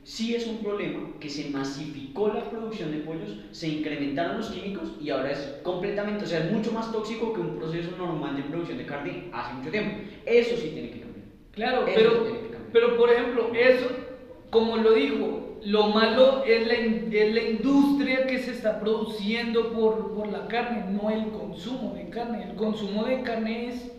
Speaker 2: Sí es un problema que se masificó la producción de pollos, se incrementaron los químicos y ahora es completamente, o sea, es mucho más tóxico que un proceso normal de producción de carne hace mucho tiempo. Eso sí tiene que cambiar.
Speaker 4: Claro,
Speaker 2: Eso
Speaker 4: pero,
Speaker 2: tiene que cambiar.
Speaker 4: pero por ejemplo, eso, como lo dijo, lo malo es la, in- es la industria que se está produciendo por, por la carne, no el consumo de carne. El consumo de carne es,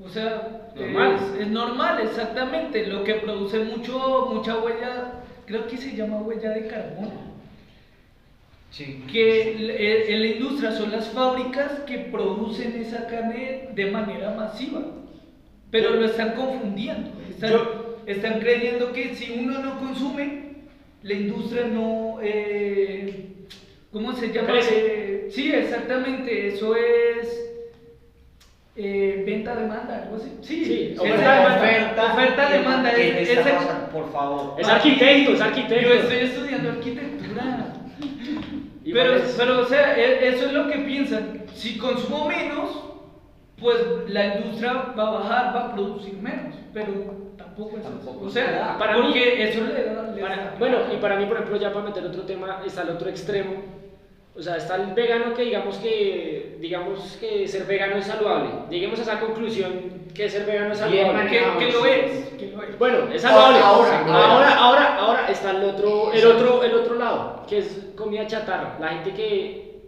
Speaker 4: o sea, eh,
Speaker 1: Normal.
Speaker 4: es, es normal, exactamente. Lo que produce mucho, mucha huella, creo que se llama huella de carbono.
Speaker 5: Sí.
Speaker 4: Que el- el- la industria son las fábricas que producen esa carne de manera masiva, pero lo están confundiendo. Están,
Speaker 2: Yo-
Speaker 4: están creyendo que si uno no consume, la industria no. eh, ¿Cómo se llama?
Speaker 1: Crece.
Speaker 4: Eh, sí, exactamente, eso es. eh, venta-demanda, algo así. Sí,
Speaker 1: Sí,
Speaker 4: esa
Speaker 1: oferta-
Speaker 4: demanda, oferta-demanda.
Speaker 2: ¿Qué
Speaker 4: es-
Speaker 2: te
Speaker 4: esa-
Speaker 2: está pasando? por favor.
Speaker 1: Es arquitecto, es
Speaker 4: yo estoy
Speaker 1: arquitecto.
Speaker 4: estudiando arquitectura.
Speaker 1: Y
Speaker 4: Pero,
Speaker 1: parece-
Speaker 4: pero, o sea, e- eso es lo que piensan. Si consumo menos, pues la industria va a bajar, va a producir menos. Pero tampoco es
Speaker 2: Tampoco
Speaker 4: así. O
Speaker 2: es
Speaker 4: sea,
Speaker 2: verdad.
Speaker 1: Para
Speaker 4: porque
Speaker 1: mí-
Speaker 4: eso le da. le
Speaker 1: Para-
Speaker 4: da-
Speaker 1: bueno, y para mí, por ejemplo, ya para meter otro tema, está el otro extremo. O sea, está el vegano que digamos que, digamos que ser vegano es saludable. Lleguemos a esa conclusión que ser vegano es
Speaker 2: Bien
Speaker 1: saludable.
Speaker 4: que,
Speaker 2: manejado,
Speaker 4: que lo
Speaker 2: sí.
Speaker 4: es. Que lo es.
Speaker 1: Bueno, es saludable.
Speaker 2: Ahora,
Speaker 1: Ahora,
Speaker 2: ahora.
Speaker 1: ahora, ahora, ahora está el otro, el otro, el otro lado, que es comida chatarra. La gente que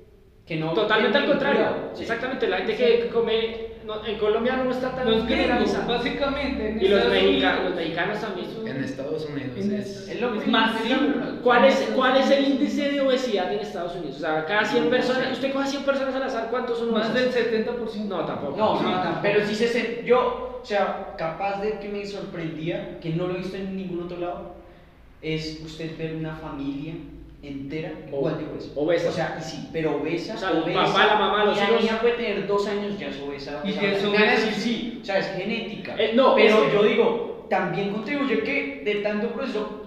Speaker 2: Que no-
Speaker 1: totalmente al
Speaker 2: que no-
Speaker 1: contrario.
Speaker 2: Sí.
Speaker 1: Exactamente, la gente que come no, en Colombia no está tan
Speaker 4: los gringos,
Speaker 1: generalizado.
Speaker 4: básicamente. en
Speaker 1: y los,
Speaker 4: Estados
Speaker 1: mexica-
Speaker 4: Unidos-
Speaker 1: los mexicanos también.
Speaker 3: En Estados Unidos
Speaker 4: En
Speaker 3: es...
Speaker 2: Es lo
Speaker 4: Es
Speaker 2: que-
Speaker 4: masivo.
Speaker 1: ¿Cuál es, ¿Cuál es el índice de obesidad en Estados Unidos? O sea, cada 100 personas, usted coge 100 personas al azar, ¿cuántos son
Speaker 4: Más del
Speaker 1: obesas?
Speaker 4: 70%.
Speaker 1: No, tampoco.
Speaker 2: No,
Speaker 5: Sí,
Speaker 2: no,
Speaker 5: tampoco.
Speaker 2: pero sí se sen- Yo, o sea, capaz de que me sorprendía, que no lo he visto en ningún otro lado, es usted ver una familia entera
Speaker 1: O-
Speaker 2: igual de obesa.
Speaker 1: obesa.
Speaker 2: Pues, O sea, y sí, pero obesa.
Speaker 1: O sea, el
Speaker 2: obesa.
Speaker 1: papá, la mamá, los
Speaker 2: y
Speaker 1: hijos.
Speaker 2: La niña puede tener dos años ya es obesa.
Speaker 4: Y
Speaker 2: o sea,
Speaker 4: ya es
Speaker 2: me van a
Speaker 4: obesa.
Speaker 2: decir, sí, o sea, es genética.
Speaker 1: Eh, no,
Speaker 2: pero
Speaker 1: es-
Speaker 2: yo digo, también contribuye que de tanto proceso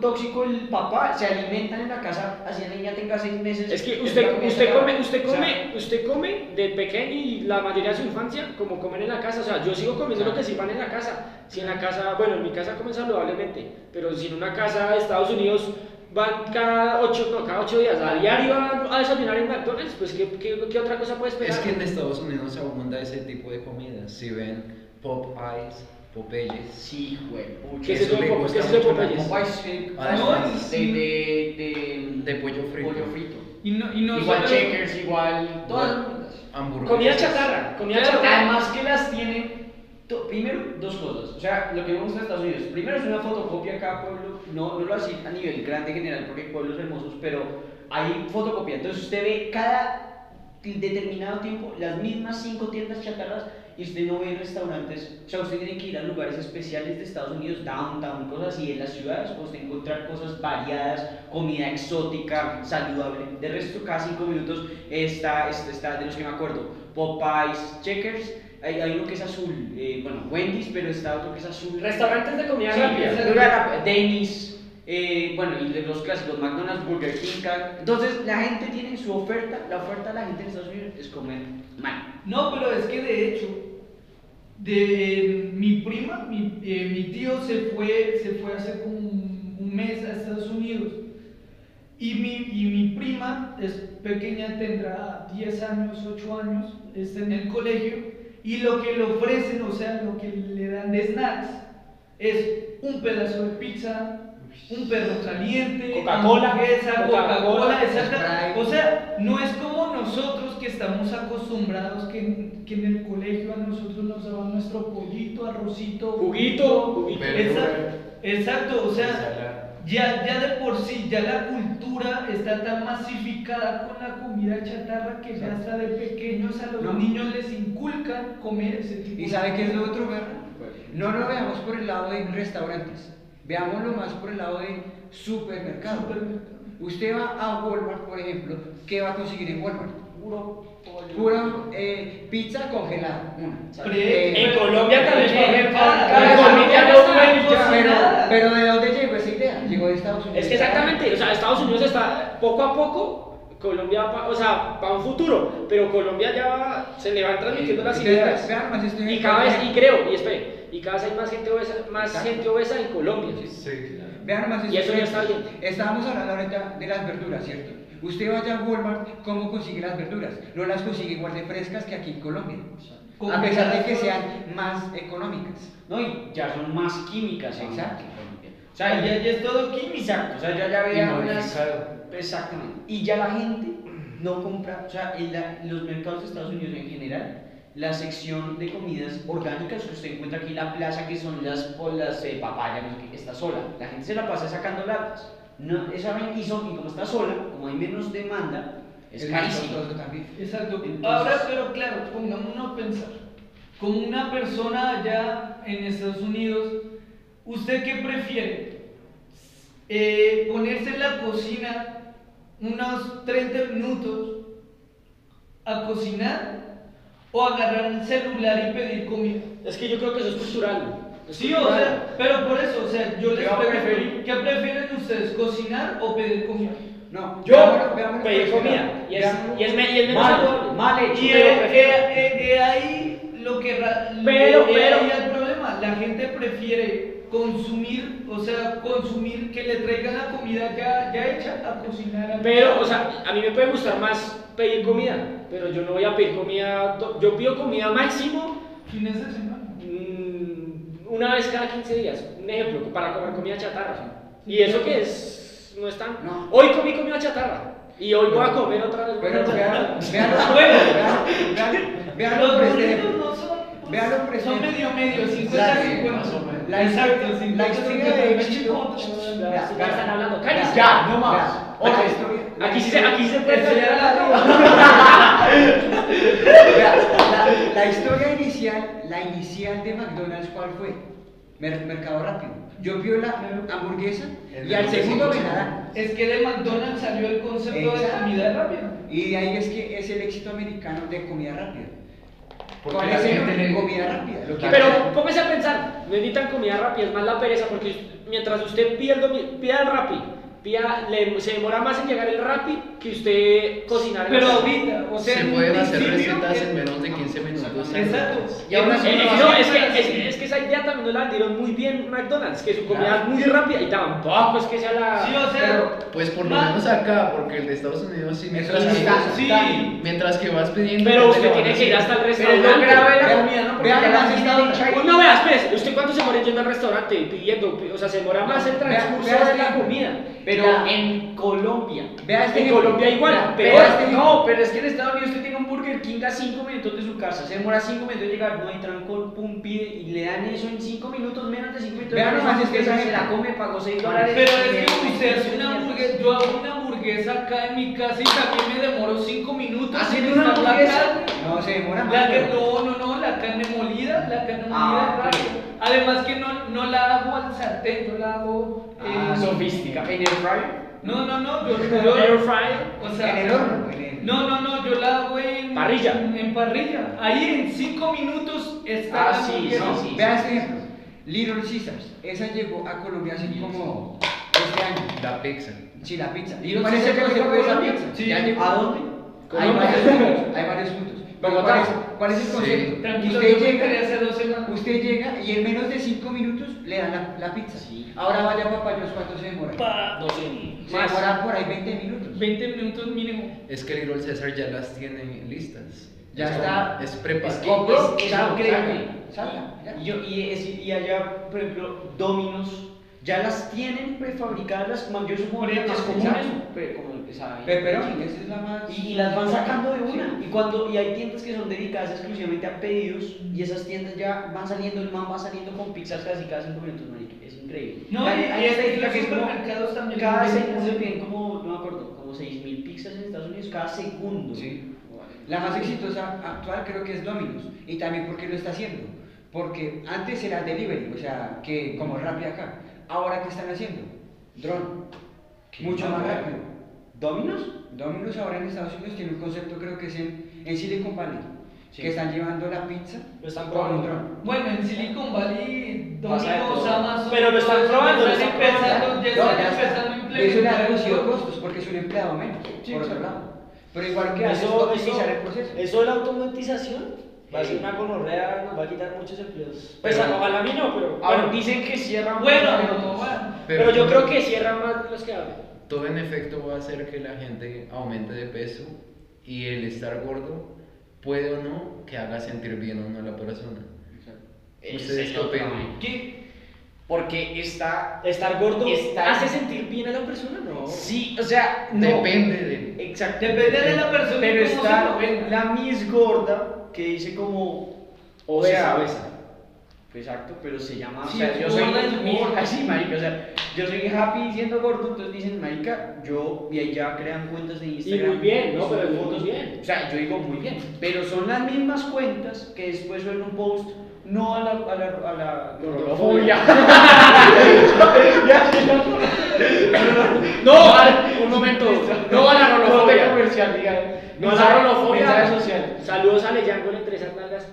Speaker 2: tóxico el papá se alimentan en la casa, así la niña tenga seis meses.
Speaker 1: Es que
Speaker 2: la
Speaker 1: usted,
Speaker 2: comida
Speaker 1: usted
Speaker 2: chatarra.
Speaker 1: come, usted
Speaker 2: O sea,
Speaker 1: come, usted come de pequeño y la mayoría de su infancia como comer en la casa. O sea, yo sigo comiendo lo que sí van en la casa. Si en la casa, bueno, en mi casa comen saludablemente, pero si en una casa de Estados Unidos van cada ocho, no, cada ocho días, a diario a, a desayunar en McDonald's, pues ¿qué, qué, qué otra cosa puede esperar?
Speaker 3: Es que en Estados Unidos abunda ese tipo de comidas. Si ven Popeyes, Popeyes,
Speaker 2: Sí, güey. pucha.
Speaker 1: ¿Qué
Speaker 3: que
Speaker 1: se
Speaker 3: eso
Speaker 1: llama
Speaker 3: le
Speaker 1: Pop-
Speaker 3: gusta
Speaker 1: qué se llama
Speaker 3: mucho a la
Speaker 1: Popeyes?
Speaker 3: Popeyes. Además,
Speaker 2: de, eh, de, de,
Speaker 3: de pollo frito.
Speaker 2: pollo frito.
Speaker 4: Y no, y no
Speaker 2: igual
Speaker 4: solo-
Speaker 2: checkers, igual todas.
Speaker 3: hamburguesas.
Speaker 1: Comida chatarra, comida
Speaker 2: Claro,
Speaker 1: chatarra.
Speaker 2: además que las tienen. to- Primero, dos cosas. O sea, lo que vemos en Estados Unidos. Primero es una fotocopia cada pueblo. No, no lo así a nivel grande general porque hay pueblos hermosos, pero hay fotocopia. Entonces usted ve cada determinado tiempo las mismas cinco tiendas chatarras y usted no ve restaurantes. O sea, usted tiene que ir a lugares especiales de Estados Unidos, downtown, cosas así, en las ciudades, para usted encontrar cosas variadas, comida exótica, saludable. De resto, cada cinco minutos está, está, está de los que me acuerdo, Popeyes, Checkers, hay, hay uno que es azul, eh, bueno, Wendy's, pero está otro que es azul.
Speaker 1: Restaurantes de comida
Speaker 2: Sí,
Speaker 1: rápida.
Speaker 2: de comida rápida, Denny's, eh, bueno, y de los clásicos, McDonald's, Burger King, Cal- Entonces, la gente tiene su oferta, la oferta de la gente en Estados Unidos es comer mal.
Speaker 4: No, pero es que de hecho, de mi prima, mi, eh, mi tío se fue, se fue hace como un, un mes a Estados Unidos. Y mi, y mi prima es pequeña, tendrá 10 años, 8 años, está en el colegio. Y lo que le ofrecen, o sea, lo que le dan de snacks, es un pedazo de pizza, un perro caliente,
Speaker 1: Coca-Cola,
Speaker 4: hamburguesa,
Speaker 1: Coca-Cola,
Speaker 4: Coca-Cola, exacta.
Speaker 5: Sprite.
Speaker 4: O sea, no es como nosotros que estamos acostumbrados que en, que en el colegio a nosotros nos daban nuestro pollito, arrocito,
Speaker 1: Juguito, juguito.
Speaker 4: Exacto, exacto, o sea,
Speaker 3: Ensalada.
Speaker 4: ya, ya de por sí, ya la cultura está tan masificada con la comida chatarra que ya hasta de pequeños a los
Speaker 5: No.
Speaker 4: niños les inculcan comer ese tipo
Speaker 5: ¿Y sabe qué es lo otro, Berra? No lo veamos por el lado de restaurantes, veámoslo más por el lado de supermercado.
Speaker 4: Supermercado.
Speaker 5: Usted va a Walmart, por ejemplo, ¿qué va a conseguir en Walmart?
Speaker 2: Puro pollo.
Speaker 5: Pura eh, pizza congelada, una.
Speaker 4: Pre-
Speaker 5: Eh,
Speaker 1: En Colombia también
Speaker 4: Pre-
Speaker 1: comen
Speaker 4: cada-
Speaker 1: pan,
Speaker 3: eh,
Speaker 4: cada
Speaker 1: comen
Speaker 4: comida
Speaker 1: arroz,
Speaker 4: está
Speaker 1: pan y ya.
Speaker 5: Pero,
Speaker 4: cocinada.
Speaker 5: pero ¿de dónde llegó esa idea? Llegó de Estados Unidos.
Speaker 1: Es que exactamente, o sea, Estados Unidos está poco a poco Colombia, va pa- o sea, para un futuro, pero Colombia ya va- se le van transmitiendo las
Speaker 5: Ustedes
Speaker 1: ideas.
Speaker 5: vean, más estoy
Speaker 1: Y
Speaker 5: en
Speaker 1: cada vez,
Speaker 5: contra.
Speaker 1: y creo, y espere, y cada vez hay más gente obesa, más
Speaker 5: Exacto.
Speaker 1: gente obesa en Colombia.
Speaker 3: Sí, claro.
Speaker 5: Vean más
Speaker 1: Y eso ya está bien.
Speaker 5: Estábamos hablando ahorita de las verduras, ¿cierto? Usted vaya a Walmart, ¿cómo consigue las verduras? No las consigue igual de frescas que aquí en Colombia.
Speaker 4: Como
Speaker 5: A pesar de que
Speaker 4: las-
Speaker 5: sean más económicas.
Speaker 2: No, y ya son más químicas en
Speaker 5: Exacto.
Speaker 2: Colombia. O sea, ya, ya es todo química. O sea, ya, ya veía unas.
Speaker 3: modificado.
Speaker 2: Exactamente. Y ya la gente no compra. O sea, en la- los mercados de Estados Unidos en general, la sección de comidas orgánicas que usted encuentra aquí en la plaza, que son las polas de papaya, no sé qué, está sola. La gente se la pasa sacando latas. No, esa vaina- y, son- y como está sola, como hay menos demanda, es,
Speaker 5: más
Speaker 2: carísimo.
Speaker 5: costoso también.
Speaker 4: Exacto.
Speaker 2: Entonces-
Speaker 4: Ahora, pero claro, pongámonos a pensar. Como una persona allá en Estados Unidos, ¿usted qué prefiere? Eh, ponerse en la cocina unos 30 minutos a cocinar o agarrar el celular y pedir comida.
Speaker 1: Es que yo creo que eso es cultural. es
Speaker 4: Sí, o
Speaker 1: cultural.
Speaker 4: sea, pero por eso, o sea, yo
Speaker 2: ¿Qué
Speaker 4: les
Speaker 2: va a
Speaker 4: pregunto,
Speaker 2: preferir?
Speaker 4: ¿qué prefieren ustedes, cocinar o pedir comida?
Speaker 5: No,
Speaker 1: Yo
Speaker 5: veámoslo- veámoslo
Speaker 1: pedí
Speaker 5: por ese
Speaker 1: comida
Speaker 5: lado.
Speaker 1: y es,
Speaker 5: Veámoslo-
Speaker 1: y es, me- y es menos
Speaker 2: Mal,
Speaker 1: saludable.
Speaker 2: mal hecho,
Speaker 4: Y
Speaker 1: pero
Speaker 4: he-
Speaker 1: prefiero.
Speaker 4: he- he- he ahí lo que ra-
Speaker 1: Pero,
Speaker 4: he- he
Speaker 1: pero.
Speaker 4: ahí el problema, la gente prefiere consumir, o sea, consumir que le traigan la comida ya, ya hecha a cocinar. a-
Speaker 1: Pero, o sea, a mí me puede gustar más pedir comida, pero yo no voy a pedir comida. do- Yo pido comida máximo
Speaker 4: fines de semana.
Speaker 1: mm, una vez cada 15 días. Un ejemplo, para comer comida chatarra. Y eso que es. No es tan.
Speaker 5: No.
Speaker 1: Hoy comí comida chatarra y hoy voy a comer otra vez.
Speaker 5: Bueno,
Speaker 1: comida
Speaker 5: vean,
Speaker 1: chatarra.
Speaker 5: vean,
Speaker 4: Bueno.
Speaker 5: vean, vean
Speaker 4: Los
Speaker 5: los
Speaker 4: burritos
Speaker 5: presentes.
Speaker 4: no son,
Speaker 5: Vean lo presente.
Speaker 4: son medio medio, 50
Speaker 5: Claro, más o
Speaker 4: 50.
Speaker 5: La
Speaker 4: Exacto,
Speaker 5: historia-
Speaker 4: 50,
Speaker 5: la historia de
Speaker 4: 50,
Speaker 5: México.
Speaker 1: Ya, ya están hablando. Cállate.
Speaker 5: Ya, no más.
Speaker 1: Otra Aquí sí se, aquí sí se puede
Speaker 4: Enseñar a la
Speaker 1: callar.
Speaker 5: Vea, la, la historia inicial, la inicial de McDonald's, ¿cuál fue? Mer- mercado rápido. Yo pido la hamburguesa y al segundo me la dan.
Speaker 4: Es que de McDonald's salió el concepto de
Speaker 5: Exacto.
Speaker 4: comida rápida.
Speaker 5: Y de ahí es que es el éxito americano de comida rápida.
Speaker 3: Porque
Speaker 5: ¿Cuál
Speaker 3: la
Speaker 5: es el
Speaker 3: gente le-
Speaker 5: comida rápida? Lo que-
Speaker 1: Pero póngase a pensar, no es ni tan comida rápida, es más la pereza, porque mientras usted pida el, domi- pida el Rappi, pida- le- se demora más en llegar el Rappi que usted cocinar en
Speaker 4: Pero
Speaker 1: la casa.
Speaker 4: ahorita, o sea,
Speaker 3: Se
Speaker 4: en un
Speaker 3: pueden hacer
Speaker 4: principio,
Speaker 3: recetas
Speaker 4: eh,
Speaker 3: en menos de 15 minutos.
Speaker 4: Exacto.
Speaker 5: Y aún así
Speaker 1: Eh,
Speaker 5: no lo
Speaker 1: no,
Speaker 5: hacen.
Speaker 1: es que, es, es que esa idea también nos la dieron muy bien McDonald's, que su comida
Speaker 5: Claro.
Speaker 1: es muy rápida y tampoco es que sea la...
Speaker 4: Sí, o sea,
Speaker 3: Pues por lo
Speaker 4: Ma-
Speaker 3: menos acá, porque el de Estados Unidos sí mientras,
Speaker 5: es
Speaker 3: que-
Speaker 5: instantáneo.
Speaker 4: Sí.
Speaker 3: mientras que vas pidiendo.
Speaker 1: pero
Speaker 3: te
Speaker 1: usted
Speaker 3: lo van
Speaker 1: tiene que ir hasta el
Speaker 2: Pero es
Speaker 1: restaurante.
Speaker 2: lo grave de la
Speaker 5: Vean-
Speaker 2: comida, ¿no? Porque
Speaker 5: vean
Speaker 2: ya
Speaker 5: las
Speaker 2: la gente
Speaker 5: estados.
Speaker 2: dicha ahí.
Speaker 1: Uy, no veas, espérese, ¿usted cuánto se demora yendo al restaurante pidiendo? O sea, se demora más el
Speaker 5: Vea-
Speaker 1: transcurso
Speaker 5: vea
Speaker 1: de la
Speaker 5: este-
Speaker 1: comida.
Speaker 2: Pero
Speaker 5: Ya.
Speaker 2: en Colombia.
Speaker 5: Vea este
Speaker 1: En
Speaker 5: ejemplo.
Speaker 1: Colombia igual,
Speaker 5: Vea
Speaker 1: peor.
Speaker 5: este ejemplo.
Speaker 2: No, pero es que en Estados Unidos usted tiene un Burger King a 5 minutos de su casa. Se demora 5 minutos de llegar, no hay trancón, pum, pide y le dan eso en 5 minutos, menos de 5 minutos.
Speaker 5: Vean
Speaker 2: Esa
Speaker 5: nomás este
Speaker 2: hamburguesa se
Speaker 5: ejemplo.
Speaker 2: la come, pagó 6 dólares.
Speaker 4: pero es que usted hace una hamburguesa, yo hago una hamburguesa acá en mi casa y también me demoro 5 minutos.
Speaker 2: ¿Hacen
Speaker 4: en
Speaker 2: Ah, una
Speaker 4: estar la
Speaker 2: hamburguesa?
Speaker 4: carne.
Speaker 5: No, se demora más.
Speaker 4: La que, no, no, no, la carne molida, la carne molida
Speaker 2: Ah,
Speaker 4: rápido. Además que no, no la hago al sartén, yo la hago...
Speaker 2: Ah,
Speaker 4: eh,
Speaker 2: sofística. En el fryer.
Speaker 4: No, no, no, yo... yo-
Speaker 1: Air fryer.
Speaker 4: o sea,
Speaker 5: En el horno, en el-
Speaker 4: No, no, no, yo la hago en...
Speaker 1: Parrilla.
Speaker 4: En, parrilla. Ahí en 5 minutos está
Speaker 2: Ah,
Speaker 4: la
Speaker 2: sí,
Speaker 4: hamburguesa.
Speaker 2: no, sí.
Speaker 5: Vea este ejemplo. Little Caesars. Esa llegó a Colombia hace como este año.
Speaker 3: a- La pizza.
Speaker 5: Sí, la pizza.
Speaker 2: ¿Y no
Speaker 5: ¿Cuál es
Speaker 2: se
Speaker 5: el
Speaker 2: llegó
Speaker 5: concepto
Speaker 2: a
Speaker 5: de esa
Speaker 2: Colombia?
Speaker 5: pizza?
Speaker 4: Sí.
Speaker 5: Ya llegó.
Speaker 2: ¿A dónde?
Speaker 5: Hay
Speaker 1: Colombia.
Speaker 5: varios puntos. Hay varios puntos. Pero
Speaker 1: Bogotá.
Speaker 5: ¿cuál es, cuál es el
Speaker 3: Sí.
Speaker 5: concepto?
Speaker 4: Tranquilo,
Speaker 5: usted,
Speaker 4: yo me enteré
Speaker 5: llega,
Speaker 4: hace dos semanas.
Speaker 5: usted llega y en menos de 5 minutos le dan la, la pizza.
Speaker 2: Sí.
Speaker 5: Ahora vaya papayos, ¿cuánto se demora?
Speaker 4: Pa-
Speaker 1: No sé.
Speaker 5: se
Speaker 1: Más.
Speaker 5: demora por ahí 20 minutos.
Speaker 4: 20 minutos mínimo.
Speaker 3: Es que Little César ya las tiene listas.
Speaker 5: Ya
Speaker 3: O sea,
Speaker 5: está.
Speaker 3: Es preparado.
Speaker 2: Es pues, que-
Speaker 5: Compró,
Speaker 2: es
Speaker 5: chao,
Speaker 2: increíble.
Speaker 5: salga, salga, ya.
Speaker 2: Y, yo- y, es- y allá, por ejemplo, Dominos, ya las tienen prefabricadas, las man- yo supongo que
Speaker 5: Prefabricadas,
Speaker 2: es común eso,
Speaker 5: exacto.
Speaker 2: pre- como esa-
Speaker 5: Pepperoni, esa es la más.
Speaker 2: Y, y las van sacando de una. Y cuando y hay tiendas que son dedicadas exclusivamente a pedidos y esas tiendas ya van saliendo, el man va saliendo con pizzas casi cada 5 minutos, marica. Es increíble.
Speaker 4: No, eh,
Speaker 2: Hay-
Speaker 4: y-
Speaker 2: hay
Speaker 4: y
Speaker 2: esta
Speaker 4: es-
Speaker 2: tienda
Speaker 4: los
Speaker 2: que es como
Speaker 4: supermercados también
Speaker 2: Cada
Speaker 4: venden
Speaker 2: segundo
Speaker 4: así.
Speaker 2: bien como, no me acuerdo, como 6.000 pizzas en Estados Unidos cada segundo.
Speaker 5: Sí. La más exitosa actual creo que es Domino's. Y también porque lo está haciendo. Porque antes era delivery, o sea, que como rápido acá. Ahora, ¿qué están haciendo? Drone. Mucho más rápido.
Speaker 2: ¿Dominos?
Speaker 5: Domino's ahora en Estados Unidos tiene un concepto, creo que es en, en Silicon Valley,
Speaker 2: Sí.
Speaker 5: que están llevando la pizza
Speaker 1: Lo están
Speaker 5: con un
Speaker 1: probando.
Speaker 5: dron.
Speaker 4: Bueno, en Silicon Valley,
Speaker 2: Pasa de
Speaker 4: Domino's,
Speaker 2: todo.
Speaker 4: Amazon.
Speaker 1: Pero lo están
Speaker 4: todos
Speaker 1: probando, lo
Speaker 4: Están
Speaker 1: están
Speaker 4: empezando,
Speaker 5: probando.
Speaker 4: ya
Speaker 5: No,
Speaker 4: están
Speaker 5: ya está.
Speaker 4: empezando a
Speaker 5: Eso le ha
Speaker 4: presentar
Speaker 5: reducido
Speaker 4: el cuerpo.
Speaker 5: costos porque es un empleado menos,
Speaker 4: Sí,
Speaker 5: por otro
Speaker 4: exacto.
Speaker 5: lado. Pero igual que haces
Speaker 6: Eso,
Speaker 5: optimizar el
Speaker 6: eso,
Speaker 5: proceso.
Speaker 6: eso de la automatización va a ser
Speaker 5: Sí.
Speaker 6: una gonorrea, nos va a quitar muchos empleos. Pues
Speaker 3: Pero-
Speaker 6: a- ojalá a mí no, pero
Speaker 2: Ahora-
Speaker 6: bueno, dicen que cierran más.
Speaker 4: Bueno,
Speaker 6: de los-
Speaker 4: no, bueno.
Speaker 6: pero, yo
Speaker 3: Pero-
Speaker 6: creo que cierran más de los que abren.
Speaker 3: Todo en efecto va a hacer que la gente aumente de peso y el estar gordo puede o no que haga sentir bien o no a la persona.
Speaker 2: Ese
Speaker 3: ¿Ustedes
Speaker 2: es
Speaker 3: qué
Speaker 2: otro,
Speaker 3: opinan?
Speaker 2: man. Porque está.
Speaker 6: Estar gordo
Speaker 2: Estar-
Speaker 6: hace sentir bien a la persona, no.
Speaker 2: Sí, o sea, no.
Speaker 3: Depende de...
Speaker 6: Exacto.
Speaker 4: Depende de la persona y
Speaker 2: Pero
Speaker 4: cómo se
Speaker 2: está
Speaker 4: lo venda.
Speaker 2: la Miss Gorda que dice como. O sea, Exacto, pero se llama.
Speaker 4: Sí,
Speaker 2: o sea,
Speaker 4: es
Speaker 2: yo soy
Speaker 4: gorda, es
Speaker 2: mi- [LAUGHS]
Speaker 4: gorda.
Speaker 2: así, marica. O sea, yo soy happy siendo gordo, entonces dicen, marica, yo. Y ahí ya crean cuentas de Instagram.
Speaker 1: muy bien, ¿no?
Speaker 2: suben
Speaker 1: Pero muy
Speaker 2: fotos.
Speaker 1: bien.
Speaker 2: O sea, yo digo muy bien. Pero son las mismas cuentas que después suelen un post. No a la, a la, a la [LAUGHS]
Speaker 1: Gordofobia.
Speaker 2: Ya, ya.
Speaker 1: No, un momento. No a la
Speaker 2: Corte
Speaker 1: rolofobia.
Speaker 2: comercial, diga.
Speaker 1: No a la
Speaker 2: Mensaje
Speaker 1: rolofobia.
Speaker 2: social.
Speaker 1: Saludos a Leyango entre esas
Speaker 4: [LAUGHS]
Speaker 1: nalgas.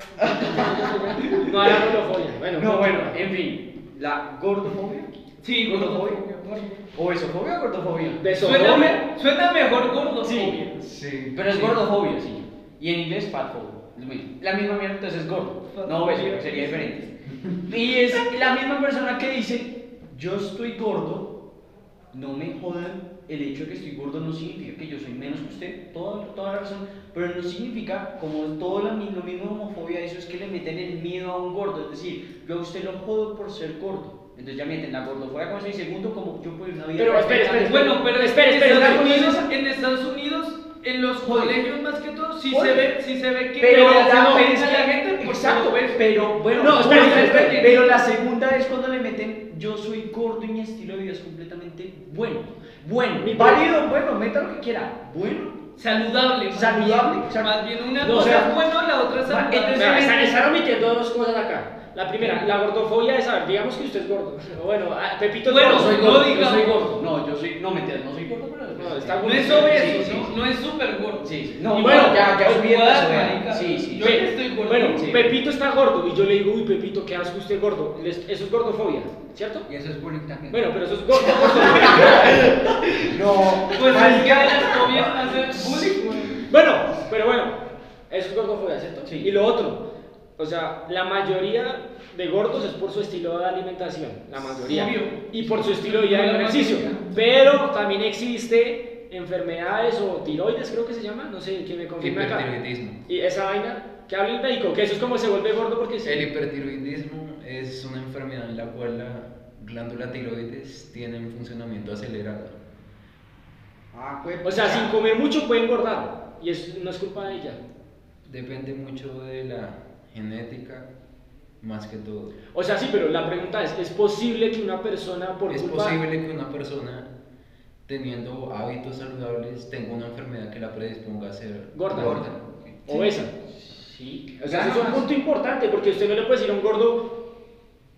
Speaker 1: No a la rolofobia. Bueno,
Speaker 2: No, bueno, en fin. ¿La gordofobia?
Speaker 4: Sí,
Speaker 2: ¿Gordofobia?
Speaker 4: gordofobia.
Speaker 2: ¿O esofobia o gordofobia?
Speaker 4: Suena,
Speaker 1: Besofobia.
Speaker 4: me- suena mejor gordofobia.
Speaker 3: Sí.
Speaker 2: Pero es
Speaker 3: sí.
Speaker 2: gordofobia, sí. Y en inglés fatfobia. Lo mismo. La misma mierda, entonces es gordo. No obeso, sería diferente. Y es la misma persona que dice, yo estoy gordo, no me jodan, el hecho de que estoy gordo no significa que yo soy menos que usted, toda, toda la razón, pero no significa, como todo la mi- lo mismo de homofobia, eso es que le meten el miedo a un gordo, es decir, yo a usted lo jodo por ser gordo. Entonces ya meten la gordofobia como ese y segundo, como yo puedo ir una vida...
Speaker 1: Pero, espere,
Speaker 2: respetable.
Speaker 1: espere,
Speaker 4: Bueno, pero
Speaker 1: Espere, espere,
Speaker 4: en, Estados
Speaker 1: espere.
Speaker 4: Unidos, en Estados Unidos, en los
Speaker 2: Joder.
Speaker 4: colegios más que todo, sí
Speaker 2: Joder.
Speaker 4: se ve, sí se ve que
Speaker 2: Pero
Speaker 4: se
Speaker 2: la,
Speaker 4: ofende
Speaker 2: pero es
Speaker 4: a
Speaker 2: que-
Speaker 4: la gente por
Speaker 2: exacto,
Speaker 4: ser obeso.
Speaker 2: pero bueno,
Speaker 1: No, espera,
Speaker 2: bueno,
Speaker 1: espera,
Speaker 4: espera.
Speaker 2: pero la segunda es cuando le meten yo soy gordo y mi estilo de vida es completamente bueno. Bueno,
Speaker 1: Mi-
Speaker 2: válido, bueno, meta lo que quiera. Bueno,
Speaker 4: Saludable. más
Speaker 2: Saludable,
Speaker 4: bien.
Speaker 2: exacto.
Speaker 4: Más bien una
Speaker 1: No,
Speaker 4: cosa
Speaker 1: o sea,
Speaker 4: es bueno, la otra es
Speaker 2: va,
Speaker 4: saludable.
Speaker 2: entonces-
Speaker 1: Vea, Están, están omitiendo dos cosas acá. La primera, la gordofobia es saber, digamos que usted es gordo. O Bueno, ah, Pepito es
Speaker 4: Bueno,
Speaker 1: gordo.
Speaker 4: soy
Speaker 1: No,
Speaker 4: gordo,
Speaker 1: digamos-
Speaker 4: yo soy gordo.
Speaker 2: no, yo soy, no mentiras, no soy gordo, pero
Speaker 1: No, está
Speaker 4: no es
Speaker 1: sí,
Speaker 4: obeso,
Speaker 2: sí,
Speaker 4: ¿no?
Speaker 2: sí.
Speaker 4: no es súper gordo.
Speaker 2: Sí, sí. No,
Speaker 1: Y
Speaker 2: bueno,
Speaker 1: bueno,
Speaker 2: ya, ya
Speaker 4: pues,
Speaker 2: subí en
Speaker 4: igual,
Speaker 2: peso, ¿eh?
Speaker 4: marica.
Speaker 2: Sí, sí.
Speaker 4: Yo
Speaker 2: sí.
Speaker 4: ya estoy gordo.
Speaker 1: Bueno,
Speaker 2: Sí.
Speaker 1: Pepito está gordo y yo le digo, uy, Pepito, qué asco usted es gordo. Les- Eso es gordofobia, ¿cierto?
Speaker 5: Y eso es bullying también.
Speaker 1: Bueno, pero eso es gordo. gordo.
Speaker 2: No,
Speaker 4: Pues es que
Speaker 2: marica.
Speaker 4: las comias hacen bullying, güey.
Speaker 1: Bueno, pero bueno, eso es gordofobia, ¿cierto?
Speaker 2: Sí.
Speaker 1: Y lo otro, o sea, la mayoría de gordos es por su estilo de alimentación, la mayoría.
Speaker 4: Obvio.
Speaker 1: Y por su estilo de vida
Speaker 4: No
Speaker 1: y
Speaker 4: la
Speaker 1: ejercicio.
Speaker 4: mayoría.
Speaker 1: Pero también existe enfermedades o tiroides, creo que se llama, no sé, que me confirma acá.
Speaker 3: Hipertiroidismo.
Speaker 1: Y esa vaina que habla el médico, que eso es como se vuelve gordo porque se...
Speaker 3: El hipertiroidismo es una enfermedad en la cual la glándula tiroides tiene un funcionamiento acelerado.
Speaker 2: Ah, pues,
Speaker 1: O sea, sin comer mucho puede engordar. Y es, no es culpa de ella.
Speaker 3: Depende mucho de la genética, más que todo.
Speaker 1: O sea, sí, pero la pregunta es, ¿es posible que una persona por
Speaker 3: es
Speaker 1: culpa...
Speaker 3: posible que una persona teniendo hábitos saludables tenga una enfermedad que la predisponga a ser
Speaker 1: Gorda.
Speaker 3: gorda.
Speaker 1: Obesa.
Speaker 2: Sí.
Speaker 1: O sea,
Speaker 5: Gana
Speaker 1: eso es un
Speaker 5: más.
Speaker 1: punto importante porque usted no le puede decir a un gordo,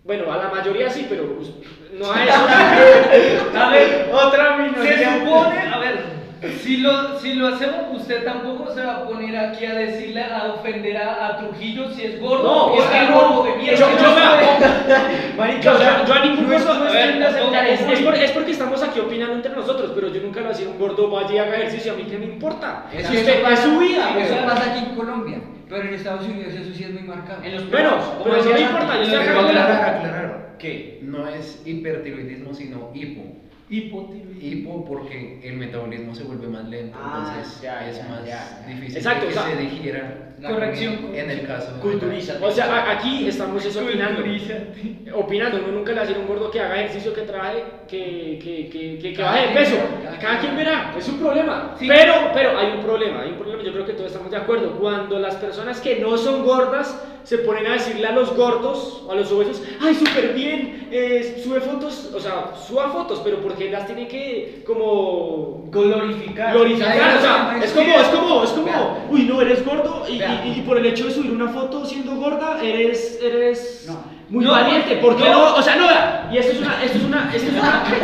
Speaker 1: bueno, a la mayoría sí, pero us- no
Speaker 4: [LAUGHS]
Speaker 1: a eso.
Speaker 4: A ver,
Speaker 2: Otra
Speaker 4: se
Speaker 2: minoría.
Speaker 4: supone, a ver, si lo, si lo hacemos, usted tampoco se va a poner aquí a decirle, a ofender a, a Trujillo si es gordo.
Speaker 1: No,
Speaker 4: o es
Speaker 1: o sea,
Speaker 4: que
Speaker 1: no,
Speaker 4: gordo de mierda.
Speaker 1: yo- yo me [LAUGHS]
Speaker 2: Marica,
Speaker 1: o sea, yo a ningún
Speaker 2: no es-
Speaker 1: gordo
Speaker 2: no es
Speaker 4: a ver,
Speaker 2: tienda
Speaker 4: tampoco
Speaker 2: aceptar
Speaker 1: es,
Speaker 2: eso.
Speaker 1: es por- es porque estamos aquí opinando entre nosotros, pero yo nunca lo hacía un gordo, vaya y haga ejercicio, a mí qué me importa.
Speaker 5: Eso
Speaker 1: Si usted es su vida, o
Speaker 5: Eso
Speaker 1: sea,
Speaker 5: pasa aquí en Colombia, pero en Estados Unidos eso sí es muy marcado.
Speaker 2: En los
Speaker 1: Bueno,
Speaker 2: platos, como
Speaker 1: pero no
Speaker 2: decías
Speaker 1: me
Speaker 2: antes.
Speaker 1: importa, yo estoy
Speaker 3: Pero
Speaker 1: acá con la-
Speaker 3: aclarar, aclarar.
Speaker 2: ¿Qué?
Speaker 3: No es hipertiroidismo, sino hipo.
Speaker 4: Hipotiroidismo.
Speaker 3: Hipo porque el metabolismo se vuelve más lento,
Speaker 2: Ah,
Speaker 3: entonces
Speaker 2: ya,
Speaker 3: es
Speaker 2: ya,
Speaker 3: más
Speaker 2: ya.
Speaker 3: difícil
Speaker 1: Exacto,
Speaker 3: de que
Speaker 1: o sea,
Speaker 3: se digiera
Speaker 5: La
Speaker 4: Corrección.
Speaker 5: comida.
Speaker 3: en el caso de
Speaker 2: Culturiza.
Speaker 1: O sea, a- aquí estamos es opinando.
Speaker 4: Culturízate.
Speaker 1: Opinando, uno nunca le hace a un gordo que haga ejercicio, que trabaje, que, que, que, que, que baje de peso. Cada quien verá, es un problema.
Speaker 4: Sí.
Speaker 1: Pero, pero hay un problema, hay un problema, yo creo que todos estamos de acuerdo. Cuando las personas que no son gordas se ponen a decirle a los gordos o a los obesos, ay, súper bien, eh, sube fotos, o sea, suba fotos, pero porque las tiene que como
Speaker 2: Glorificar.
Speaker 1: glorificar, o sea, es como, es como, es como,
Speaker 5: Vea.
Speaker 1: uy, no, eres gordo y,
Speaker 5: Vea.
Speaker 1: y- y por el hecho de subir una foto siendo gorda, eres, eres
Speaker 5: No.
Speaker 1: muy
Speaker 4: No,
Speaker 1: valiente, ¿por qué
Speaker 4: no.
Speaker 1: no? O sea, no, vea, y esto es una, esto es una, esto es una, esto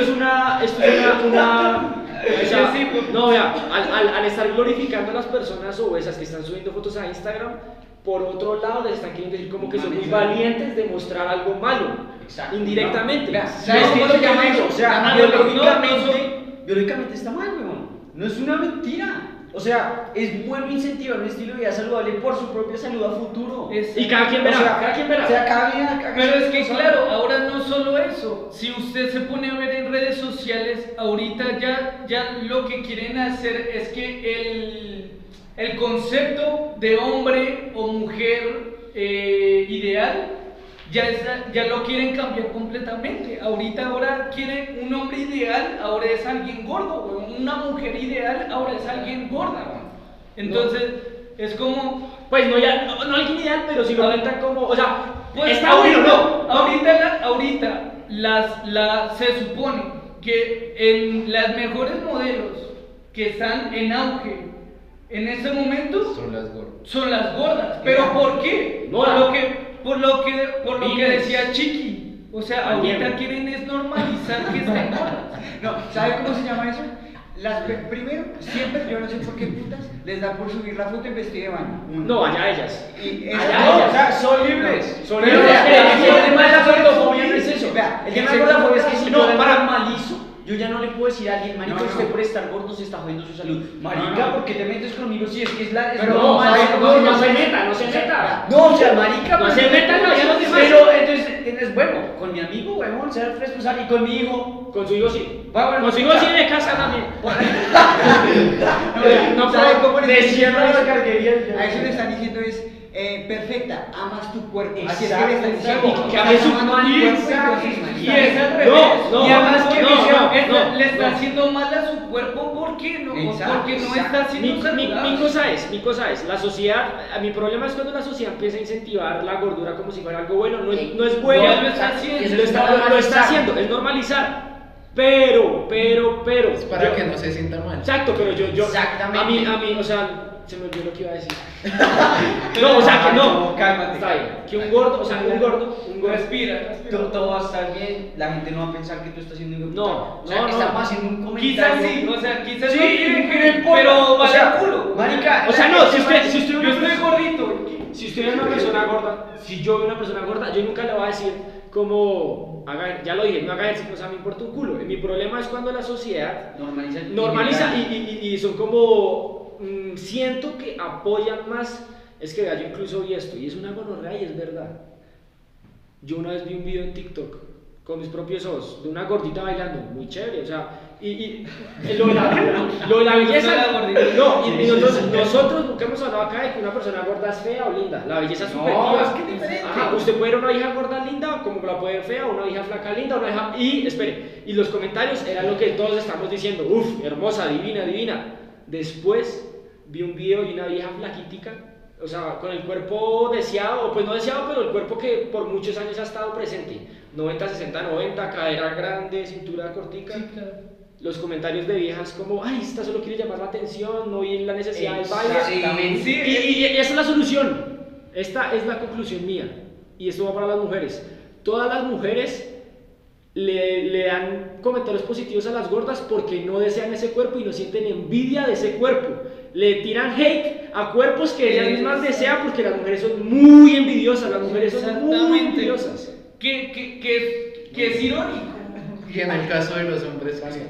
Speaker 1: es una, esto es una, una- o sea,
Speaker 4: Sí, pues.
Speaker 1: no, vea, al, al- al estar glorificando a las personas obesas que están subiendo fotos a Instagram, por otro lado les están queriendo decir como que son muy
Speaker 5: Mames,
Speaker 1: valientes de mostrar algo malo.
Speaker 2: Exacto.
Speaker 1: Indirectamente.
Speaker 5: Vea,
Speaker 2: ¿Sabes
Speaker 5: No,
Speaker 2: qué
Speaker 5: no
Speaker 2: es lo
Speaker 5: se
Speaker 2: que
Speaker 5: llama
Speaker 2: es eso?
Speaker 5: eso.
Speaker 2: O sea,
Speaker 5: Nada,
Speaker 2: biológicamente, biológicamente está mal, weón. No es una mentira. O sea, es bueno incentivar un estilo de vida saludable por su propia salud a futuro.
Speaker 4: Es-
Speaker 1: Y cada quien verá,
Speaker 2: O sea,
Speaker 1: cada quien verá.
Speaker 2: O sea, cada vida- cada
Speaker 4: Pero es
Speaker 2: persona
Speaker 4: que
Speaker 2: sabe.
Speaker 4: claro, ahora no solo eso, si usted se pone a ver en redes sociales, ahorita ya, ya lo que quieren hacer es que el, el concepto de hombre o mujer eh, ideal ya, es- ya lo quieren cambiar completamente. Ahorita ahora quieren un hombre ideal, ahora es alguien gordo, weón. una mujer ideal, ahora es alguien gorda. weón. Entonces, es como...
Speaker 1: Pues no, ya, no, no alguien ideal, pero si lo cuentan como, o sea, pues, está
Speaker 4: ahorita,
Speaker 1: bueno, ¿no?
Speaker 4: Ahorita, la- ahorita las, la- se supone que en las mejores modelos que están en auge en este momento
Speaker 3: Son las gordas.
Speaker 4: son las gordas. ¿Pero por qué?
Speaker 1: No,
Speaker 4: por,
Speaker 1: la-
Speaker 4: lo que, por lo que por lo que
Speaker 1: Miles.
Speaker 4: decía Chiqui. O sea,
Speaker 1: También.
Speaker 4: ahorita quieren es normalizar que estén gordas.
Speaker 5: No, ¿sabe cómo se llama eso? Las pe- primero, siempre, yo no sé por qué putas, les da por subir la foto en vestido de baño. Uno.
Speaker 1: No, allá ellas.
Speaker 5: Y
Speaker 1: Allá
Speaker 5: esa-
Speaker 2: No,
Speaker 1: ellas.
Speaker 2: o sea, son libres.
Speaker 1: Son
Speaker 5: Pero
Speaker 1: libres,
Speaker 5: vea,
Speaker 1: pero
Speaker 5: vea,
Speaker 1: el
Speaker 5: vea,
Speaker 1: tema de la
Speaker 5: vea,
Speaker 1: gordofobia no es
Speaker 5: vea,
Speaker 1: eso.
Speaker 5: vea,
Speaker 2: El
Speaker 5: el
Speaker 2: tema de
Speaker 5: segundo-
Speaker 2: gordofobia es que si
Speaker 1: No,
Speaker 2: yo la
Speaker 1: para-
Speaker 2: normalizo, yo ya no le puedo decir a alguien, marica,
Speaker 5: No, no.
Speaker 2: usted por estar gordo se está jodiendo su salud.
Speaker 5: No,
Speaker 2: Marica,
Speaker 5: no.
Speaker 2: ¿por qué te metes conmigo si es que es la... es
Speaker 5: Pero
Speaker 1: No,
Speaker 2: normal?
Speaker 5: ¿sabe
Speaker 1: no,
Speaker 5: cómo se
Speaker 1: no, no
Speaker 5: llama
Speaker 1: se
Speaker 5: eso?
Speaker 1: meta, no se meta.
Speaker 2: No, o sea, marica,
Speaker 1: No
Speaker 2: pues,
Speaker 1: se metan, no, ya no se
Speaker 2: Pero
Speaker 1: metan.
Speaker 2: entonces, entonces, bueno, con mi amigo, huevón, ser responsable y con mi hijo.
Speaker 1: Con su hijo sí.
Speaker 2: Va, bueno,
Speaker 1: Con su hijo sí de casa [LAUGHS] también. No,
Speaker 5: ¿Sabe
Speaker 1: pero-
Speaker 5: cómo les
Speaker 2: Me
Speaker 5: están diciendo
Speaker 2: cierran
Speaker 5: eso?
Speaker 2: las carguerías, ya.
Speaker 5: A eso le están diciendo es, eh, perfecta, amas tu cuerpo. Así es que
Speaker 2: Exacto,
Speaker 5: le están diciendo.
Speaker 2: exacto.
Speaker 5: estás
Speaker 1: Que ames su
Speaker 5: amando tu
Speaker 1: cuerpo,
Speaker 5: cuerpo, entonces,
Speaker 4: Y
Speaker 5: marica,
Speaker 4: es al
Speaker 1: No,
Speaker 4: revés.
Speaker 1: no,
Speaker 4: y además que
Speaker 1: no,
Speaker 4: le hicieron-
Speaker 1: no,
Speaker 4: esta-
Speaker 1: no,
Speaker 4: le está
Speaker 1: no.
Speaker 4: haciendo mal a su cuerpo porque no,
Speaker 5: Exacto,
Speaker 4: porque no
Speaker 5: exacto.
Speaker 4: está
Speaker 1: Mi,
Speaker 4: siendo
Speaker 1: mi-
Speaker 4: saludable.
Speaker 1: mi cosa es, mi cosa es, la sociedad, a mi problema es cuando la sociedad empieza a incentivar la gordura como si fuera algo bueno, no es, no es bueno,
Speaker 4: Ya lo está haciendo.
Speaker 1: lo está, lo- lo está haciendo, es normalizar, pero, pero, pero,
Speaker 3: Es para
Speaker 1: yo-
Speaker 3: que no se sienta mal.
Speaker 1: exacto, pero yo, yo,
Speaker 2: Exactamente.
Speaker 1: a mí, a mí, o sea, se me olvidó lo que iba a decir, no, o sea, que no,
Speaker 2: No, cálmate.
Speaker 1: Está bien, que un gordo, o sea, un gordo, un gordo,
Speaker 4: Respira,
Speaker 2: Todo,
Speaker 4: respira.
Speaker 2: todo va a estar bien, la gente no va a pensar que tú estás haciendo un
Speaker 1: No,
Speaker 2: o sea,
Speaker 1: no,
Speaker 2: que
Speaker 1: no.
Speaker 2: estamos haciendo un comentario.
Speaker 4: Quizás sí, o sea, quizás
Speaker 2: Sí,
Speaker 4: no tiene
Speaker 2: pero
Speaker 4: que-
Speaker 2: importa.
Speaker 4: pero
Speaker 2: O
Speaker 4: vale
Speaker 2: sea,
Speaker 4: el culo.
Speaker 2: marica,
Speaker 1: o sea, no, si usted, si usted,
Speaker 4: Yo estoy gordito.
Speaker 1: Si usted es una persona gorda, si yo veo una persona gorda, yo nunca le voy a decir como, haga- ya lo dije, no haga ejercicio, o sea, me importa un culo. Mi problema es cuando la sociedad
Speaker 2: normaliza, el-
Speaker 1: normaliza y, y- y- y son como, mm, siento que apoyan más, es que vea, yo incluso vi esto, y es una gonorrea y es verdad. Yo una vez vi un video en TikTok con mis propios ojos, de una gordita bailando, muy chévere, o sea, y, y lo, de
Speaker 2: [LAUGHS]
Speaker 1: la, lo de la belleza,
Speaker 4: la gordita.
Speaker 1: no, y, y nosotros, nosotros nunca hemos hablado acá de que una persona gorda es fea o linda, la belleza es
Speaker 2: No,
Speaker 1: subjetiva.
Speaker 2: es que es diferente.
Speaker 1: Ajá, usted puede ver una hija gorda linda, como la puede ver fea, una hija flaca linda, una hija, y, espere, y los comentarios eran lo que todos estamos diciendo, uff, hermosa, divina, divina, después vi un video de una vieja flaquitica, o sea, con el cuerpo deseado, o pues no deseado, pero el cuerpo que por muchos años ha estado presente. 90, 60, 90, cadera grande, cintura cortica. Los comentarios de viejas como, ay, esta solo quiere llamar la atención, no ir la necesidad del baile.
Speaker 5: Exactamente.
Speaker 1: Y, y- y esa es la solución. Esta es la conclusión mía. Y esto va para las mujeres. Todas las mujeres le, le dan comentarios positivos a las gordas porque no desean ese cuerpo y no sienten envidia de ese cuerpo. Le tiran hate a cuerpos que ellas mismas
Speaker 4: Exacto.
Speaker 1: desean porque las mujeres son muy envidiosas. Las mujeres son muy
Speaker 4: Exactamente.
Speaker 1: envidiosas.
Speaker 4: Que, que, que, que es irónico.
Speaker 3: Y en el caso de los hombres, también.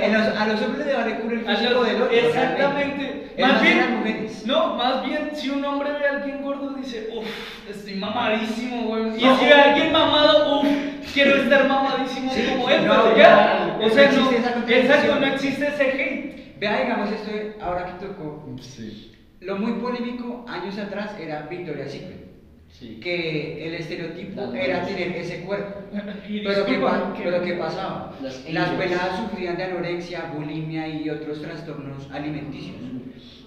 Speaker 5: En los- a los hombres les vale culo el
Speaker 4: A
Speaker 5: físico
Speaker 4: los-
Speaker 5: del otro.
Speaker 4: Exactamente.
Speaker 5: realmente. Es
Speaker 4: Más
Speaker 5: más, ¿eh? las
Speaker 4: bien,
Speaker 5: mujeres.
Speaker 4: no, más bien, si un hombre ve a alguien gordo, dice, uff, estoy mamadísimo, güey. Y
Speaker 5: No.
Speaker 4: si ve a alguien mamado, uff, quiero estar mamadísimo
Speaker 5: Sí,
Speaker 4: como él,
Speaker 5: no,
Speaker 4: pero ya.
Speaker 5: no,
Speaker 4: o sea,
Speaker 5: no
Speaker 4: no,
Speaker 5: existe esa contradicción.
Speaker 4: exacto, no existe ese hate.
Speaker 5: Vea, digamos, esto de- ahora que tocó.
Speaker 3: Sí.
Speaker 5: Lo muy polémico años atrás era Victoria's Secret.
Speaker 2: Sí.
Speaker 5: Que el estereotipo
Speaker 2: Las
Speaker 5: era
Speaker 2: manos.
Speaker 5: tener ese cuerpo.
Speaker 4: Y
Speaker 5: Pero ¿qué,
Speaker 4: disculpa,
Speaker 5: pa- pero ¿qué pasaba?
Speaker 2: Las
Speaker 5: Las
Speaker 2: angels.
Speaker 5: peladas sufrían de anorexia, bulimia y otros trastornos alimenticios.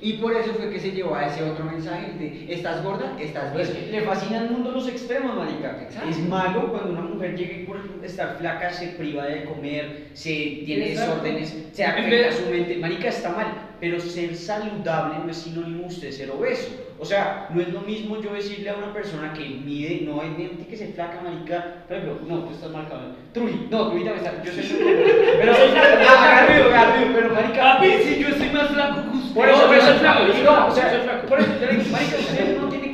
Speaker 5: Y por eso fue que se llevó a ese otro mensaje el de, estás gorda, estás
Speaker 2: Es
Speaker 5: bien.
Speaker 2: que le fascina al mundo los extremos, marica.
Speaker 5: Exacto.
Speaker 2: Es malo cuando una mujer llega y por estar flaca se priva de comer, se tiene
Speaker 4: Exacto.
Speaker 2: desórdenes, se
Speaker 4: En
Speaker 2: afecta
Speaker 4: vez-
Speaker 2: su mente. Marica está mal, pero ser saludable no es sinónimo usted ser obeso. O sea, no es lo mismo yo decirle a una persona que mide, no es de "Tiene que ser flaca, marica. Por ejemplo, no, tú estás mal, cabrón. Truji, no, Truji también está. Yo soy Pero soy agarrido, agarrido, pero marica.
Speaker 4: Papi, si yo estoy más flaco que usted.
Speaker 2: Por eso,
Speaker 1: No,
Speaker 2: por
Speaker 1: yo
Speaker 2: eso
Speaker 1: soy flaco,
Speaker 2: no,
Speaker 1: yo soy flaco,
Speaker 2: o sea,
Speaker 1: yo soy flaco.
Speaker 2: Por eso, yo le digo, marica, usted no tiene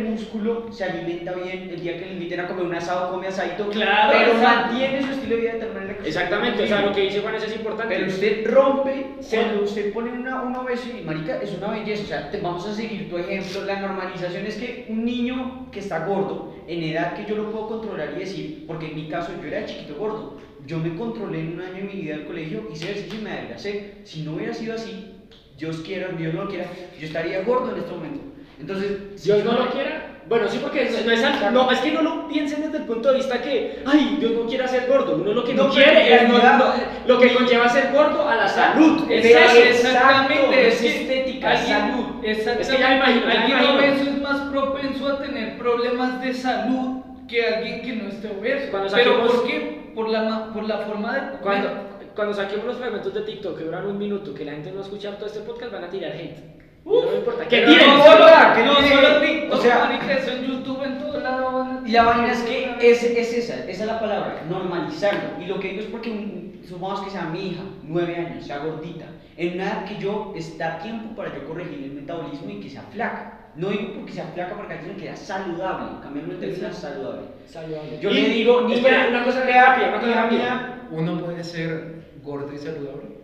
Speaker 2: músculo, se alimenta bien, el día que le inviten a comer un asado, come asadito,
Speaker 4: Claro,
Speaker 2: pero
Speaker 4: exacto.
Speaker 2: mantiene su estilo de vida de tal manera que...
Speaker 1: Exactamente, o sea, lo que dice Juan es importante.
Speaker 2: Pero usted rompe
Speaker 1: Sí.
Speaker 2: cuando usted pone una, una obeso y marica, es una belleza. O sea, te- vamos a seguir tu ejemplo. La normalización es que un niño que está gordo, en edad que yo lo puedo controlar y decir, porque en mi caso yo era chiquito gordo, yo me controlé en un año de mi vida al colegio, hice ejercicio y me adelgacé. Si no hubiera sido así, Dios quiera, Dios no lo quiera, yo estaría gordo en este momento. Entonces, si
Speaker 1: Dios
Speaker 2: yo
Speaker 1: no
Speaker 2: me-
Speaker 1: lo quiera. Bueno, sí, porque no es, al- no, es que no lo piensen desde el punto de vista que, ay, Dios no quiera ser gordo. Uno lo que no,
Speaker 2: No, pero
Speaker 1: quiere
Speaker 2: en
Speaker 1: es no-
Speaker 2: realidad-
Speaker 1: no- lo que conlleva ser gordo a la salud.
Speaker 2: Es
Speaker 1: Pero-
Speaker 2: eso, exacto,
Speaker 4: exactamente,
Speaker 2: es
Speaker 4: que
Speaker 2: estética,
Speaker 4: alguien-
Speaker 2: salud.
Speaker 4: Exactamente.
Speaker 1: Es que ya me imagino, ya me
Speaker 4: alguien
Speaker 1: imagino.
Speaker 4: obeso es más propenso a tener problemas de salud que alguien que no esté obeso.
Speaker 1: Cuando
Speaker 4: Pero
Speaker 1: saquemos-
Speaker 4: ¿por qué? Por la, ma- por la forma de
Speaker 1: Cuando, cuando saquemos los fragmentos de TikTok que duran un minuto, que la gente no escucha todo este podcast, van a tirar hate. no me importa. Que
Speaker 2: pero
Speaker 1: tiren.
Speaker 2: no,
Speaker 4: no,
Speaker 2: solo-
Speaker 4: solo,
Speaker 2: que
Speaker 4: no
Speaker 2: tiene-
Speaker 4: solo TikTok,
Speaker 2: o sea-
Speaker 4: marica, eso en YouTube, en todo lado. van a-
Speaker 2: Y la vaina es que es, es esa, esa es la palabra, normalizarlo. Y lo que digo es porque, un- supongamos que sea mi hija, nueve años, sea gordita, en una edad que yo está a tiempo para yo corregir el metabolismo y que sea flaca. No digo porque sea flaca porque hay que sea saludable, cambiando el término a saludable.
Speaker 1: Saludable.
Speaker 2: Yo
Speaker 1: Y-
Speaker 2: le digo, niña,
Speaker 1: espera, una cosa rápida, una cosa
Speaker 2: niña
Speaker 1: rápida.
Speaker 2: mía,
Speaker 3: ¿Uno puede ser gordo y saludable?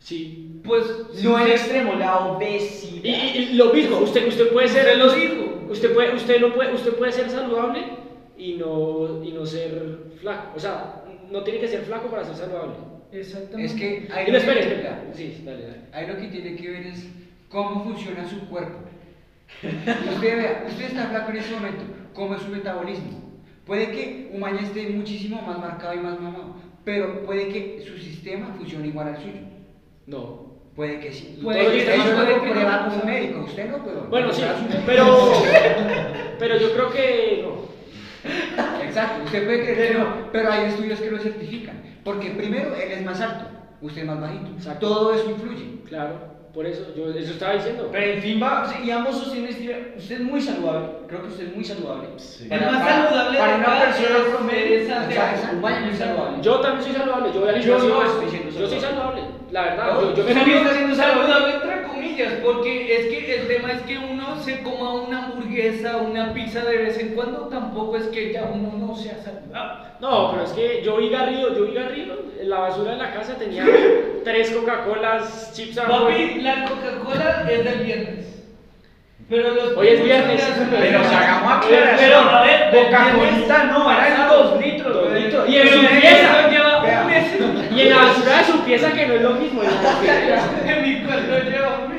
Speaker 1: Sí.
Speaker 4: Pues
Speaker 2: no en
Speaker 4: si-
Speaker 2: extremo, la
Speaker 1: Y,
Speaker 2: obesidad.
Speaker 1: y- y lo mismo, usted, usted puede ser.
Speaker 4: Usted lo dijo.
Speaker 1: Usted puede, usted no puede, usted puede ser saludable y no, y no ser flaco. O sea, no tiene que ser flaco para ser saludable.
Speaker 4: Exactamente.
Speaker 5: Es que
Speaker 1: Y no,
Speaker 5: ahí,
Speaker 1: espere, espere. Sí, dale, dale.
Speaker 5: ahí lo que tiene que ver es cómo funciona su cuerpo. Usted vea, usted está flaco en este momento, cómo es su metabolismo. Puede que un mañana esté muchísimo más marcado y más mamado, pero puede que su sistema funcione igual al suyo.
Speaker 1: No.
Speaker 5: Puede que sí.
Speaker 4: Puede
Speaker 5: Eso
Speaker 1: que sí,
Speaker 5: no
Speaker 4: puede
Speaker 5: lo
Speaker 4: que
Speaker 5: prueba
Speaker 4: no.
Speaker 5: un médico, usted no puede.
Speaker 1: Bueno, sí,
Speaker 5: Claro, su-
Speaker 1: pero, pero yo creo que no.
Speaker 5: Exacto, usted puede creer que no, pero hay estudios que lo certifican. Porque primero él es más alto, usted es más bajito.
Speaker 1: Exacto.
Speaker 5: Todo eso influye.
Speaker 1: Claro, por eso, yo eso estaba diciendo.
Speaker 2: Pero en fin, va, sí, y ambos sostienen este estilo. Usted es muy saludable, creo que usted es muy saludable.
Speaker 3: Sí.
Speaker 4: El más saludable
Speaker 2: para
Speaker 4: de
Speaker 2: una
Speaker 4: acá es-
Speaker 2: persona promedio,
Speaker 4: es Santiago.
Speaker 2: exacto, un baño muy saludable.
Speaker 1: Yo también soy saludable, yo voy al
Speaker 2: Yo
Speaker 1: gimnasio.
Speaker 2: no estoy siendo
Speaker 1: Yo soy saludable, la verdad.
Speaker 2: No,
Speaker 1: Yo, yo me
Speaker 2: usted
Speaker 1: salí-
Speaker 2: no está siendo saludable.
Speaker 4: saludable entre comillas, porque es que el tema es que uno se coma una hamburguesa, una pizza de vez en cuando, tampoco es que ya uno no sea saludable.
Speaker 1: No, pero es que yo vi Garrido, yo vi Garrido, en la basura de la casa
Speaker 2: [LAUGHS]
Speaker 1: tenía tres Coca-Colas, chips and
Speaker 4: Papi, la Coca-Cola es del viernes. Pero los
Speaker 1: Hoy es viernes.
Speaker 2: Pero
Speaker 1: o sea,
Speaker 2: hagamos
Speaker 4: Pero,
Speaker 2: aclaración.
Speaker 4: pero, a ver, del
Speaker 2: Coca-Cola
Speaker 4: viernes
Speaker 2: no, eran
Speaker 4: pasado.
Speaker 2: dos litros.
Speaker 1: Dos
Speaker 2: dos
Speaker 1: litros.
Speaker 2: litros.
Speaker 1: Y en
Speaker 4: Pero
Speaker 1: su
Speaker 4: mi
Speaker 1: pieza.
Speaker 4: cuerpo lleva un
Speaker 5: Vea.
Speaker 4: mes. [LAUGHS]
Speaker 1: Y en la basura de su pieza que no es lo mismo. es lo que-
Speaker 4: En mi cuerpo lleva un mes.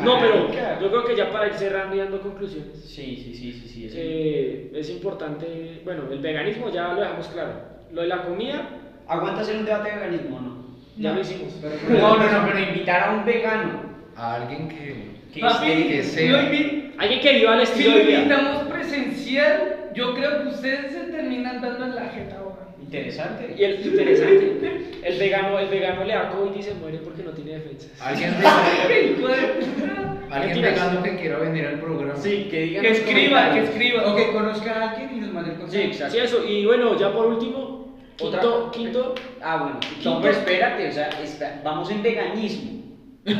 Speaker 1: No, pero yo creo que ya para ir cerrando y dando conclusiones,
Speaker 2: Sí, sí, sí, sí, sí.
Speaker 1: eh, es importante, bueno, el veganismo ya lo dejamos claro. Lo de la comida,
Speaker 2: ¿Aguanta hacer un debate de veganismo o no?
Speaker 1: ya lo hicimos.
Speaker 2: No, no, no, pero invitar a un vegano.
Speaker 3: A alguien que...
Speaker 2: Que
Speaker 4: Papi,
Speaker 3: que sea.
Speaker 4: lo invi-
Speaker 1: Alguien que viva el
Speaker 4: Si
Speaker 1: estilo
Speaker 4: lo
Speaker 1: de vida.
Speaker 4: invitamos presencial, yo creo que ustedes se terminan dando en la jeta ahora.
Speaker 1: Y
Speaker 2: Interesante.
Speaker 1: el interesante, el vegano, el vegano le da COVID y se muere porque no tiene defensas.
Speaker 3: Alguien, vegano-
Speaker 4: [LAUGHS] Hijo de puta.
Speaker 3: alguien
Speaker 1: Mentiras.
Speaker 3: vegano que quiera venir al programa.
Speaker 2: Sí, que digan.
Speaker 4: Que
Speaker 2: los
Speaker 4: escriba, que
Speaker 2: comentarios.
Speaker 4: escriba.
Speaker 5: O que conozca a alguien y nos mande el
Speaker 2: Sí,
Speaker 5: consejo.
Speaker 2: exacto.
Speaker 1: Sí, eso, y bueno, ya por último,
Speaker 2: Otra-
Speaker 1: quinto, quinto,
Speaker 2: Ah, bueno.
Speaker 1: Quinto.
Speaker 2: No, pero espérate, o sea, espera, vamos en veganismo. Sí.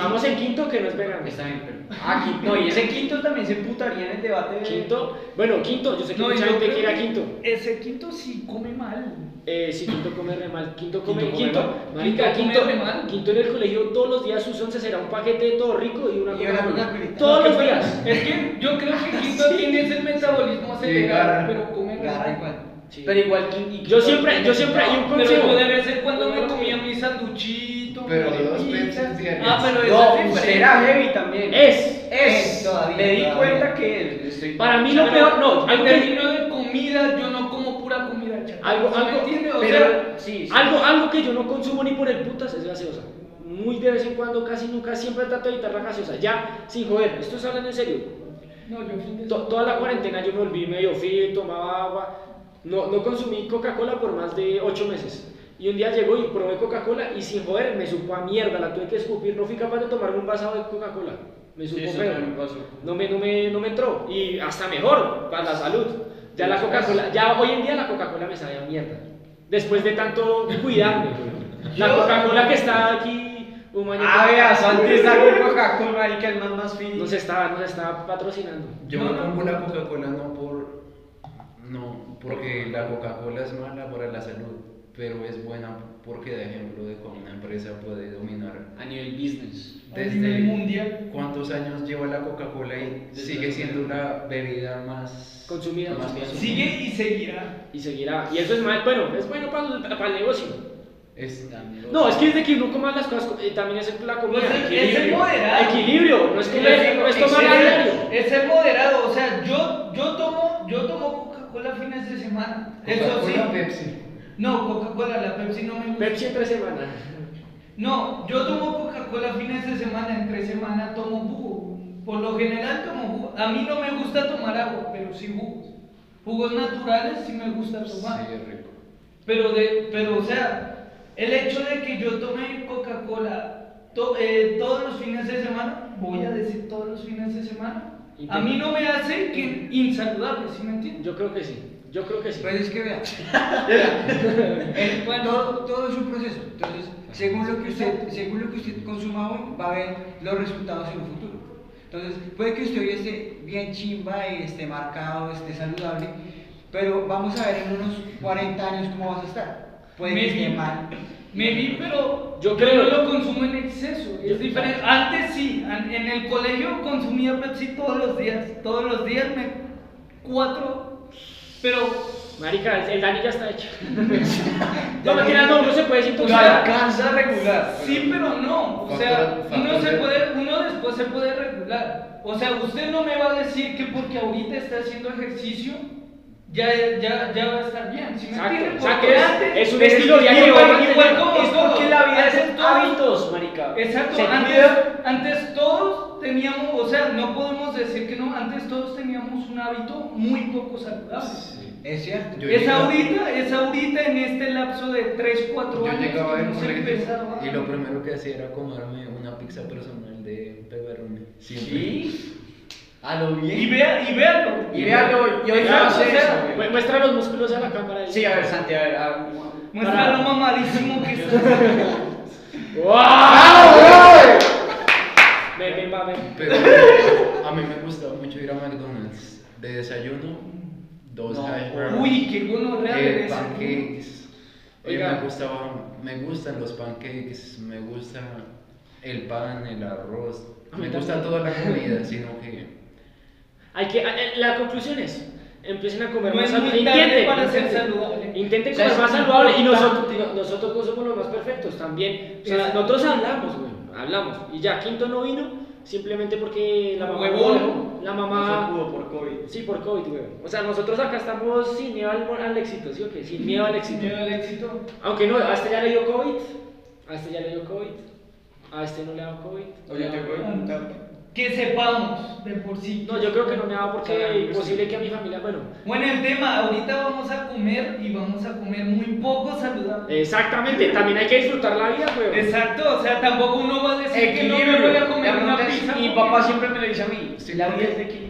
Speaker 1: vamos en quinto que no es vegano.
Speaker 2: Está bien, pero. Ah, quinto. No, y ese quinto también se putaría en el debate de.
Speaker 1: Quinto, bueno, quinto, yo sé que
Speaker 4: No, y
Speaker 1: mucha
Speaker 4: yo
Speaker 1: gente
Speaker 4: creo
Speaker 1: quiere a
Speaker 4: que
Speaker 1: quinto.
Speaker 4: Ese quinto sí come mal.
Speaker 1: Eh, sí, quinto come re mal, quinto come,
Speaker 2: Quinto
Speaker 1: quinto,
Speaker 2: come
Speaker 1: quinto,
Speaker 2: mal.
Speaker 1: marica,
Speaker 4: Quinto come
Speaker 1: quinto,
Speaker 4: re mal.
Speaker 1: quinto en el colegio todos los días sus once será un paquete de todo rico y una
Speaker 5: Y una
Speaker 1: Coca-Cola.
Speaker 5: Coca-Colita.
Speaker 1: Todos
Speaker 4: Lo
Speaker 1: los
Speaker 4: que
Speaker 1: días.
Speaker 4: pasa Es que yo creo
Speaker 2: Ah,
Speaker 4: que quinto tiene ese metabolismo acelerado,
Speaker 3: garra.
Speaker 4: pero come
Speaker 5: Garra
Speaker 4: mal.
Speaker 5: igual.
Speaker 1: Sí.
Speaker 2: Pero igual quin- y
Speaker 1: Yo
Speaker 2: quinto
Speaker 1: siempre, yo
Speaker 2: tiene
Speaker 1: siempre, y un
Speaker 2: resultado.
Speaker 4: Pero
Speaker 1: consejo.
Speaker 4: yo de vez en cuando me comía mi sanduchito.
Speaker 3: Pero
Speaker 4: mi
Speaker 3: dos
Speaker 4: pizza.
Speaker 3: veces diarias.
Speaker 4: Ah, pero eso es
Speaker 2: No,
Speaker 4: diferente.
Speaker 2: usted era heavy también.
Speaker 1: Es,
Speaker 2: Es.
Speaker 5: Es, todavía,
Speaker 2: Me di
Speaker 5: todavía.
Speaker 2: cuenta que es. Estoy...
Speaker 1: para mí lo peor, no,
Speaker 4: Al
Speaker 1: algo que,
Speaker 4: término de comida, yo no como pura comida chatarra.
Speaker 1: Algo-
Speaker 4: ¿Sí
Speaker 1: algo-
Speaker 4: ¿Me entiendes? O
Speaker 2: Pero,
Speaker 4: sea,
Speaker 2: sí, sí.
Speaker 1: algo, algo que yo no consumo ni por el putas es gaseosa. Muy de vez en cuando, casi nunca, siempre trato de evitar la gaseosa. Ya, sin joder, esto es hablando en serio.
Speaker 4: no, yo fin de
Speaker 1: To- toda la cuarentena yo me volví medio fit, tomaba agua. No, no consumí Coca-Cola por más de 8 meses. Y un día llegó y probé Coca-Cola y sin joder me supo a mierda, la tuve que escupir. No fui capaz de tomarme un vaso de Coca-Cola. Me supo
Speaker 2: Sí, eso
Speaker 1: feo.
Speaker 2: también me pasó.
Speaker 1: No me, no, me, no me entró. Y hasta mejor, para la salud. Ya la
Speaker 2: Sí,
Speaker 1: Coca-Cola, ya hoy en día la Coca-Cola me sabe a mierda. Después de tanto cuidarme, güey. La Coca-Cola que está aquí, un man-
Speaker 2: Ah,
Speaker 1: [LAUGHS]
Speaker 2: vea, Santi está con Coca-Cola, marica, el man más fino.
Speaker 1: Nos está, nos está patrocinando.
Speaker 3: Yo
Speaker 4: No,
Speaker 3: me
Speaker 4: no,
Speaker 3: pongo
Speaker 4: no.
Speaker 3: la Coca-Cola no por. No, porque la Coca-Cola es mala para la salud, pero es buena porque da ejemplo de cómo una empresa puede dominar.
Speaker 2: A nivel business.
Speaker 4: A nivel mundial.
Speaker 3: ¿Cuántos años lleva la Coca-Cola y
Speaker 2: Desde
Speaker 3: sigue
Speaker 2: el-
Speaker 3: siendo la bebida más
Speaker 1: Consumida.
Speaker 3: más consumida?
Speaker 4: Sigue y seguirá.
Speaker 1: Y seguirá. Y eso es mal, bueno, es bueno para, para el negocio.
Speaker 3: Es-
Speaker 1: No, es que desde que uno coma las cosas, eh, también es la comida.
Speaker 4: Pues es- es
Speaker 1: equilibrio.
Speaker 4: moderado.
Speaker 1: Equilibrio,
Speaker 4: Pues,
Speaker 1: no es comer, no es Pues, tomar a diario.
Speaker 4: Es ser moderado, o sea, yo, yo tomo, yo tomo Coca-Cola fines de semana. Eso sí.
Speaker 3: Coca-Cola, Pepsi.
Speaker 4: No, Coca-Cola, la Pepsi no me gusta.
Speaker 1: Pepsi entre semana.
Speaker 4: No, yo tomo Coca-Cola fines de semana, entre semana tomo jugo. Por lo general tomo jugo. A mí no me gusta tomar agua, pero sí jugos. Jugos naturales sí me gusta tomar.
Speaker 3: Sí, es rico.
Speaker 4: Pero, de, pero, o sea, el hecho de que yo tome Coca-Cola to- eh, todos los fines de semana, voy a decir todos los fines de semana, a mí no me hace que insaludable, ¿sí me entiendes?
Speaker 1: Yo creo que sí. Yo creo que sí.
Speaker 5: Pues es que vea,
Speaker 4: Eh, bueno,
Speaker 5: todo, todo es un proceso. Entonces, según lo, que usted,
Speaker 4: Exacto.
Speaker 5: según lo que usted consuma hoy, va a ver los resultados en un futuro. Entonces, puede que usted hoy esté bien chimba, esté marcado, esté saludable, pero vamos a ver en unos 40 años cómo vas a estar. Puede que
Speaker 4: Maybe.
Speaker 5: esté mal.
Speaker 4: me vi, pero
Speaker 1: Yo
Speaker 4: yo
Speaker 1: creo-
Speaker 4: creo lo consumo en exceso. Es diferente. Antes sí, an- en el colegio consumía Pepsi todos los días. Todos los días me cuatro. Pero
Speaker 1: Marica, el- el Dani ya está hecho. [LAUGHS] no, mentira, no, no se puede decir impulsar.
Speaker 2: alcanza a regular.
Speaker 4: sí, pero no. O sea,
Speaker 3: Factor-
Speaker 4: uno
Speaker 3: factor
Speaker 4: se
Speaker 3: de-
Speaker 4: puede, uno después se puede regular. O sea, usted no me va a decir que porque ahorita está haciendo ejercicio ya, ya, ya va a estar bien. ¿sí me
Speaker 1: Exacto,
Speaker 4: entiende?
Speaker 1: exacto,
Speaker 4: Porque
Speaker 1: es-
Speaker 4: antes-
Speaker 1: es un estilo de vida
Speaker 4: igual,
Speaker 1: que
Speaker 4: igual
Speaker 1: uno
Speaker 4: como
Speaker 1: tiene.
Speaker 6: Es porque
Speaker 4: todo,
Speaker 6: la vida
Speaker 4: antes
Speaker 6: es
Speaker 4: todo-
Speaker 6: hábitos, marica.
Speaker 4: Exacto,
Speaker 6: Se
Speaker 4: antes,
Speaker 6: cuida.
Speaker 4: antes todos teníamos, o sea, no podemos decir que no, antes todos teníamos un hábito muy poco saludable.
Speaker 3: Sí.
Speaker 5: Es cierto.
Speaker 3: Yo
Speaker 4: es
Speaker 3: llegaba-
Speaker 4: ahorita, es ahorita en este lapso de 3, 4
Speaker 3: Yo
Speaker 4: años
Speaker 3: llegaba
Speaker 4: que
Speaker 3: del
Speaker 4: hemos
Speaker 3: colegio
Speaker 4: empezado a-
Speaker 3: y lo primero que hacía era comerme una pizza personal de pepperoni. Siempre.
Speaker 2: Sí. A lo bien.
Speaker 4: y vea, y véalo.
Speaker 2: Y véalo, y hoy
Speaker 1: Claro,
Speaker 2: no hace
Speaker 4: o sea,
Speaker 2: eso, güey.
Speaker 1: Mu- Muestra los músculos a la cámara.
Speaker 2: Sí, a ver, Santi, a ver. a-
Speaker 4: Muestra lo mamadísimo que estás.
Speaker 1: ¡Wow! Me, me, mame.
Speaker 3: Pero a mí me gusta mucho ir a McDonald's. De desayuno, dos
Speaker 2: No.
Speaker 3: hash browns,
Speaker 4: Uy, qué bueno
Speaker 3: eh,
Speaker 4: real
Speaker 3: pancakes. Oye,
Speaker 1: Oiga.
Speaker 3: me, gustaba, me gustan los pancakes, me gusta el pan, el arroz.
Speaker 1: A mí
Speaker 3: Me
Speaker 1: también.
Speaker 3: gusta toda la comida, sino que
Speaker 1: Hay que, eh, la conclusión es, empiecen a comer
Speaker 4: No
Speaker 1: más
Speaker 4: es muy
Speaker 1: saludable.
Speaker 4: tarde
Speaker 1: Intenten,
Speaker 4: para ser
Speaker 1: intenten.
Speaker 4: saludable.
Speaker 1: Intenten
Speaker 2: O sea,
Speaker 1: comer
Speaker 2: es
Speaker 1: más saludable y nosotros,
Speaker 2: importante.
Speaker 1: no- nosotros no somos los más perfectos también. O sea,
Speaker 4: Exacto.
Speaker 1: nosotros hablamos, güey, hablamos. Y ya, quinto no vino simplemente porque la mamá...
Speaker 4: Huevón.
Speaker 1: La
Speaker 2: No se
Speaker 1: mamá...
Speaker 2: pudo por COVID.
Speaker 1: Sí, por COVID, güey. O sea, nosotros acá estamos sin miedo al, al éxito, ¿sí o qué? Sin miedo al éxito.
Speaker 4: Miedo al éxito.
Speaker 1: Aunque no, a este ya le dio COVID. A este ya le dio COVID. A este no le ha dado COVID.
Speaker 2: Oye, te voy a preguntar.
Speaker 4: Que sepamos de por sí.
Speaker 1: No, yo creo que no me ha dado
Speaker 2: Ah,
Speaker 1: porque
Speaker 2: no sé.
Speaker 1: posible que a mi familia, bueno.
Speaker 4: Bueno, el tema, ahorita vamos a comer y vamos a comer muy poco saludable.
Speaker 1: Exactamente, también hay que disfrutar la vida, güey.
Speaker 4: Exacto, o sea, tampoco uno va a decir que no me
Speaker 2: Equilibrio.
Speaker 4: voy a comer
Speaker 2: La
Speaker 4: una
Speaker 2: pregunta es,
Speaker 4: pizza.
Speaker 2: Mi
Speaker 4: porque-
Speaker 2: papá siempre me lo dice a mí.
Speaker 3: Sí,
Speaker 2: La
Speaker 3: porque-
Speaker 2: vida es de equilibrio.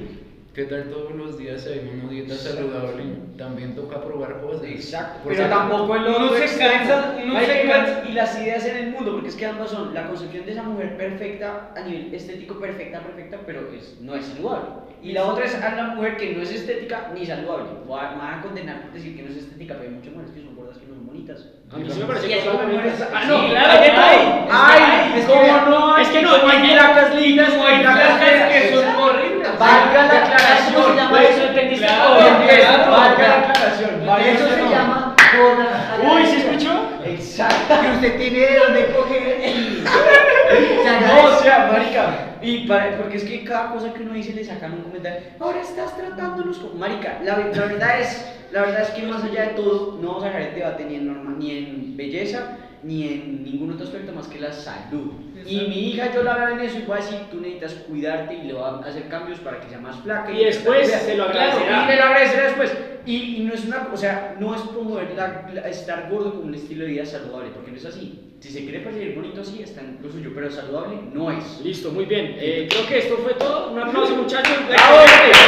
Speaker 3: ¿Qué tal todos los días hay una dieta saludable? También toca probar cosas.
Speaker 2: Exacto.
Speaker 3: Por
Speaker 2: pero
Speaker 3: ejemplo,
Speaker 2: tampoco el
Speaker 4: Uno
Speaker 2: otro
Speaker 4: se
Speaker 2: extremo.
Speaker 4: cansa, uno
Speaker 2: Marica,
Speaker 4: se
Speaker 2: y las-
Speaker 4: cansa.
Speaker 2: Y las ideas en el mundo, porque es que ambas son la concepción de esa mujer perfecta, a nivel estético perfecta, perfecta, pero es, no es saludable. Y la otra es a la mujer que no es estética ni saludable. Voy a- Me van a condenar por decir que no es estética, pero hay muchas mujeres que son gordas que no son bonitas.
Speaker 1: A mí sí me
Speaker 2: Y
Speaker 1: parece
Speaker 2: es
Speaker 1: que
Speaker 2: como
Speaker 1: todas las
Speaker 2: mujeres-
Speaker 1: mujeres- Ah,
Speaker 2: sí,
Speaker 1: no, claro,
Speaker 2: hay de
Speaker 1: hay,
Speaker 2: todo.
Speaker 1: hay,
Speaker 2: Ay,
Speaker 1: es
Speaker 2: ¿cómo
Speaker 1: que vea,
Speaker 2: no?
Speaker 1: es que no, hay flacas lindas,
Speaker 4: No
Speaker 1: hay
Speaker 4: hay
Speaker 1: flacas
Speaker 4: flacas
Speaker 1: feas.
Speaker 4: que son horribles.
Speaker 2: Valga la
Speaker 6: ¿Cómo se
Speaker 2: aclaración.
Speaker 6: llama eso? ¿Entendiste?
Speaker 4: Claro,
Speaker 6: Obvio,
Speaker 4: claro.
Speaker 2: Valga la
Speaker 6: valga.
Speaker 2: aclaración. valga
Speaker 5: Eso
Speaker 2: la
Speaker 5: se
Speaker 2: aclaración.
Speaker 5: llama gorda.
Speaker 1: Uy, ¿se escuchó?
Speaker 2: Exacto.
Speaker 5: Que usted tiene de dónde coger.
Speaker 1: [LAUGHS]
Speaker 5: y- se
Speaker 2: No, o
Speaker 5: agradece.
Speaker 2: sea, marica, y para- porque es que cada cosa que uno dice le sacan un comentario. Ahora estás tratándonos como marica. La, ve- la verdad es, la verdad es que más allá de todo no vamos a dejar el debate ni en norma, ni en belleza, ni en ningún otro aspecto más que la salud. Y
Speaker 4: Exacto.
Speaker 2: mi hija yo la veo en eso y voy a decir, tú necesitas cuidarte y le voy a hacer cambios para que sea más flaca.
Speaker 1: Y después
Speaker 2: Claro,
Speaker 1: se lo agradecerá.
Speaker 2: Y me lo agradecerá después. Y, y no es una, o sea, no es promover la- la- estar gordo como un estilo de vida saludable, porque no es así. Si se quiere percibir bonito así, está en lo suyo, pero saludable no es.
Speaker 1: Listo, muy bien. Eh, creo que esto fue todo. Un aplauso, muchachos.
Speaker 2: Bravo, gente.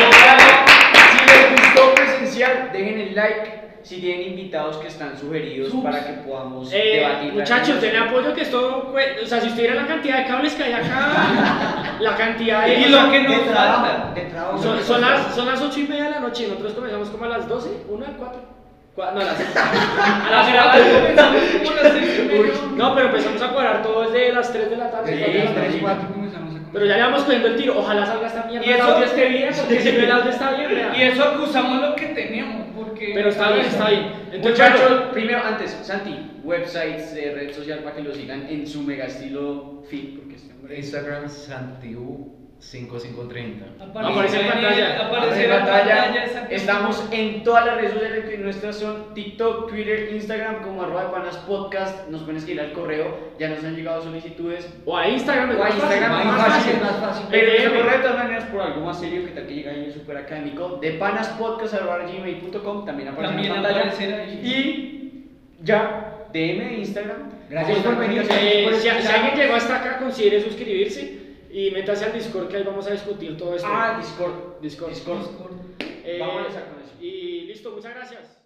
Speaker 2: Si les gustó presencial, dejen el like, si tienen invitados que están sugeridos
Speaker 4: Ups.
Speaker 2: para que podamos
Speaker 1: Eh,
Speaker 2: debatir.
Speaker 1: muchachos,
Speaker 2: realmente.
Speaker 1: den apoyo que esto, cue- o sea, si usted viera la cantidad de cables que hay acá, la cantidad de...
Speaker 4: Y lo que
Speaker 5: de
Speaker 4: nos
Speaker 5: trabajo,
Speaker 4: falta.
Speaker 5: de trabajo.
Speaker 1: Son, son las, son las 8 y media de la noche y nosotros comenzamos como a las 12, 1 a 4. No, a las a las
Speaker 4: Ahora
Speaker 1: cuatro.
Speaker 4: comenzamos como las seis y media.
Speaker 1: No, pero empezamos a cuadrar todo desde las 3 de la tarde.
Speaker 5: Desde
Speaker 1: cuatro de la
Speaker 5: las
Speaker 1: tarde.
Speaker 5: 3, 4 comenzamos a comer.
Speaker 1: Pero ya le vamos cogiendo el tiro. Ojalá salga esta mierda.
Speaker 4: Y
Speaker 1: el
Speaker 4: eso-
Speaker 1: audio esté bien, porque si no el audio está bien, vea.
Speaker 4: Y eso acusamos lo que teníamos, porque...
Speaker 1: Pero está bien, está bien. Entonces,
Speaker 2: Muchachos,
Speaker 1: bueno,
Speaker 2: primero, antes, Santi, websites, eh, red social para que lo sigan en su mega estilo fit, porque este hombre es-
Speaker 3: Instagram
Speaker 4: Ah,
Speaker 3: Santiu5530.
Speaker 1: Aparece en pantalla.
Speaker 4: Aparece en
Speaker 2: Abre
Speaker 4: pantalla. exactamente.
Speaker 2: Estamos en todas las redes sociales que nuestras son TikTok, Twitter, Instagram, como arroba de panas podcast. Nos pueden escribir al correo, ya nos han llegado solicitudes.
Speaker 1: o a Instagram. es
Speaker 2: O a
Speaker 1: más fácil.
Speaker 2: Instagram,
Speaker 5: más
Speaker 2: más
Speaker 5: fácil,
Speaker 2: fácil.
Speaker 5: más fácil.
Speaker 2: Pero
Speaker 1: DM.
Speaker 2: el correo de todas maneras por algo más serio que tal que llega ahí el super académico de panaspodcast.gmail.com también aparece
Speaker 4: También
Speaker 2: en la pantalla.
Speaker 4: aparecerá ahí.
Speaker 2: Y ya, DM de Instagram.
Speaker 5: Gracias por venir.
Speaker 1: Eh, si, si alguien llegó hasta acá, considere suscribirse y métase al Discord que ahí vamos a discutir todo esto.
Speaker 2: Ah, Discord.
Speaker 1: Discord.
Speaker 2: Discord.
Speaker 4: Discord.
Speaker 1: Eh,
Speaker 2: Vámonos a con eso.
Speaker 1: y listo, muchas gracias.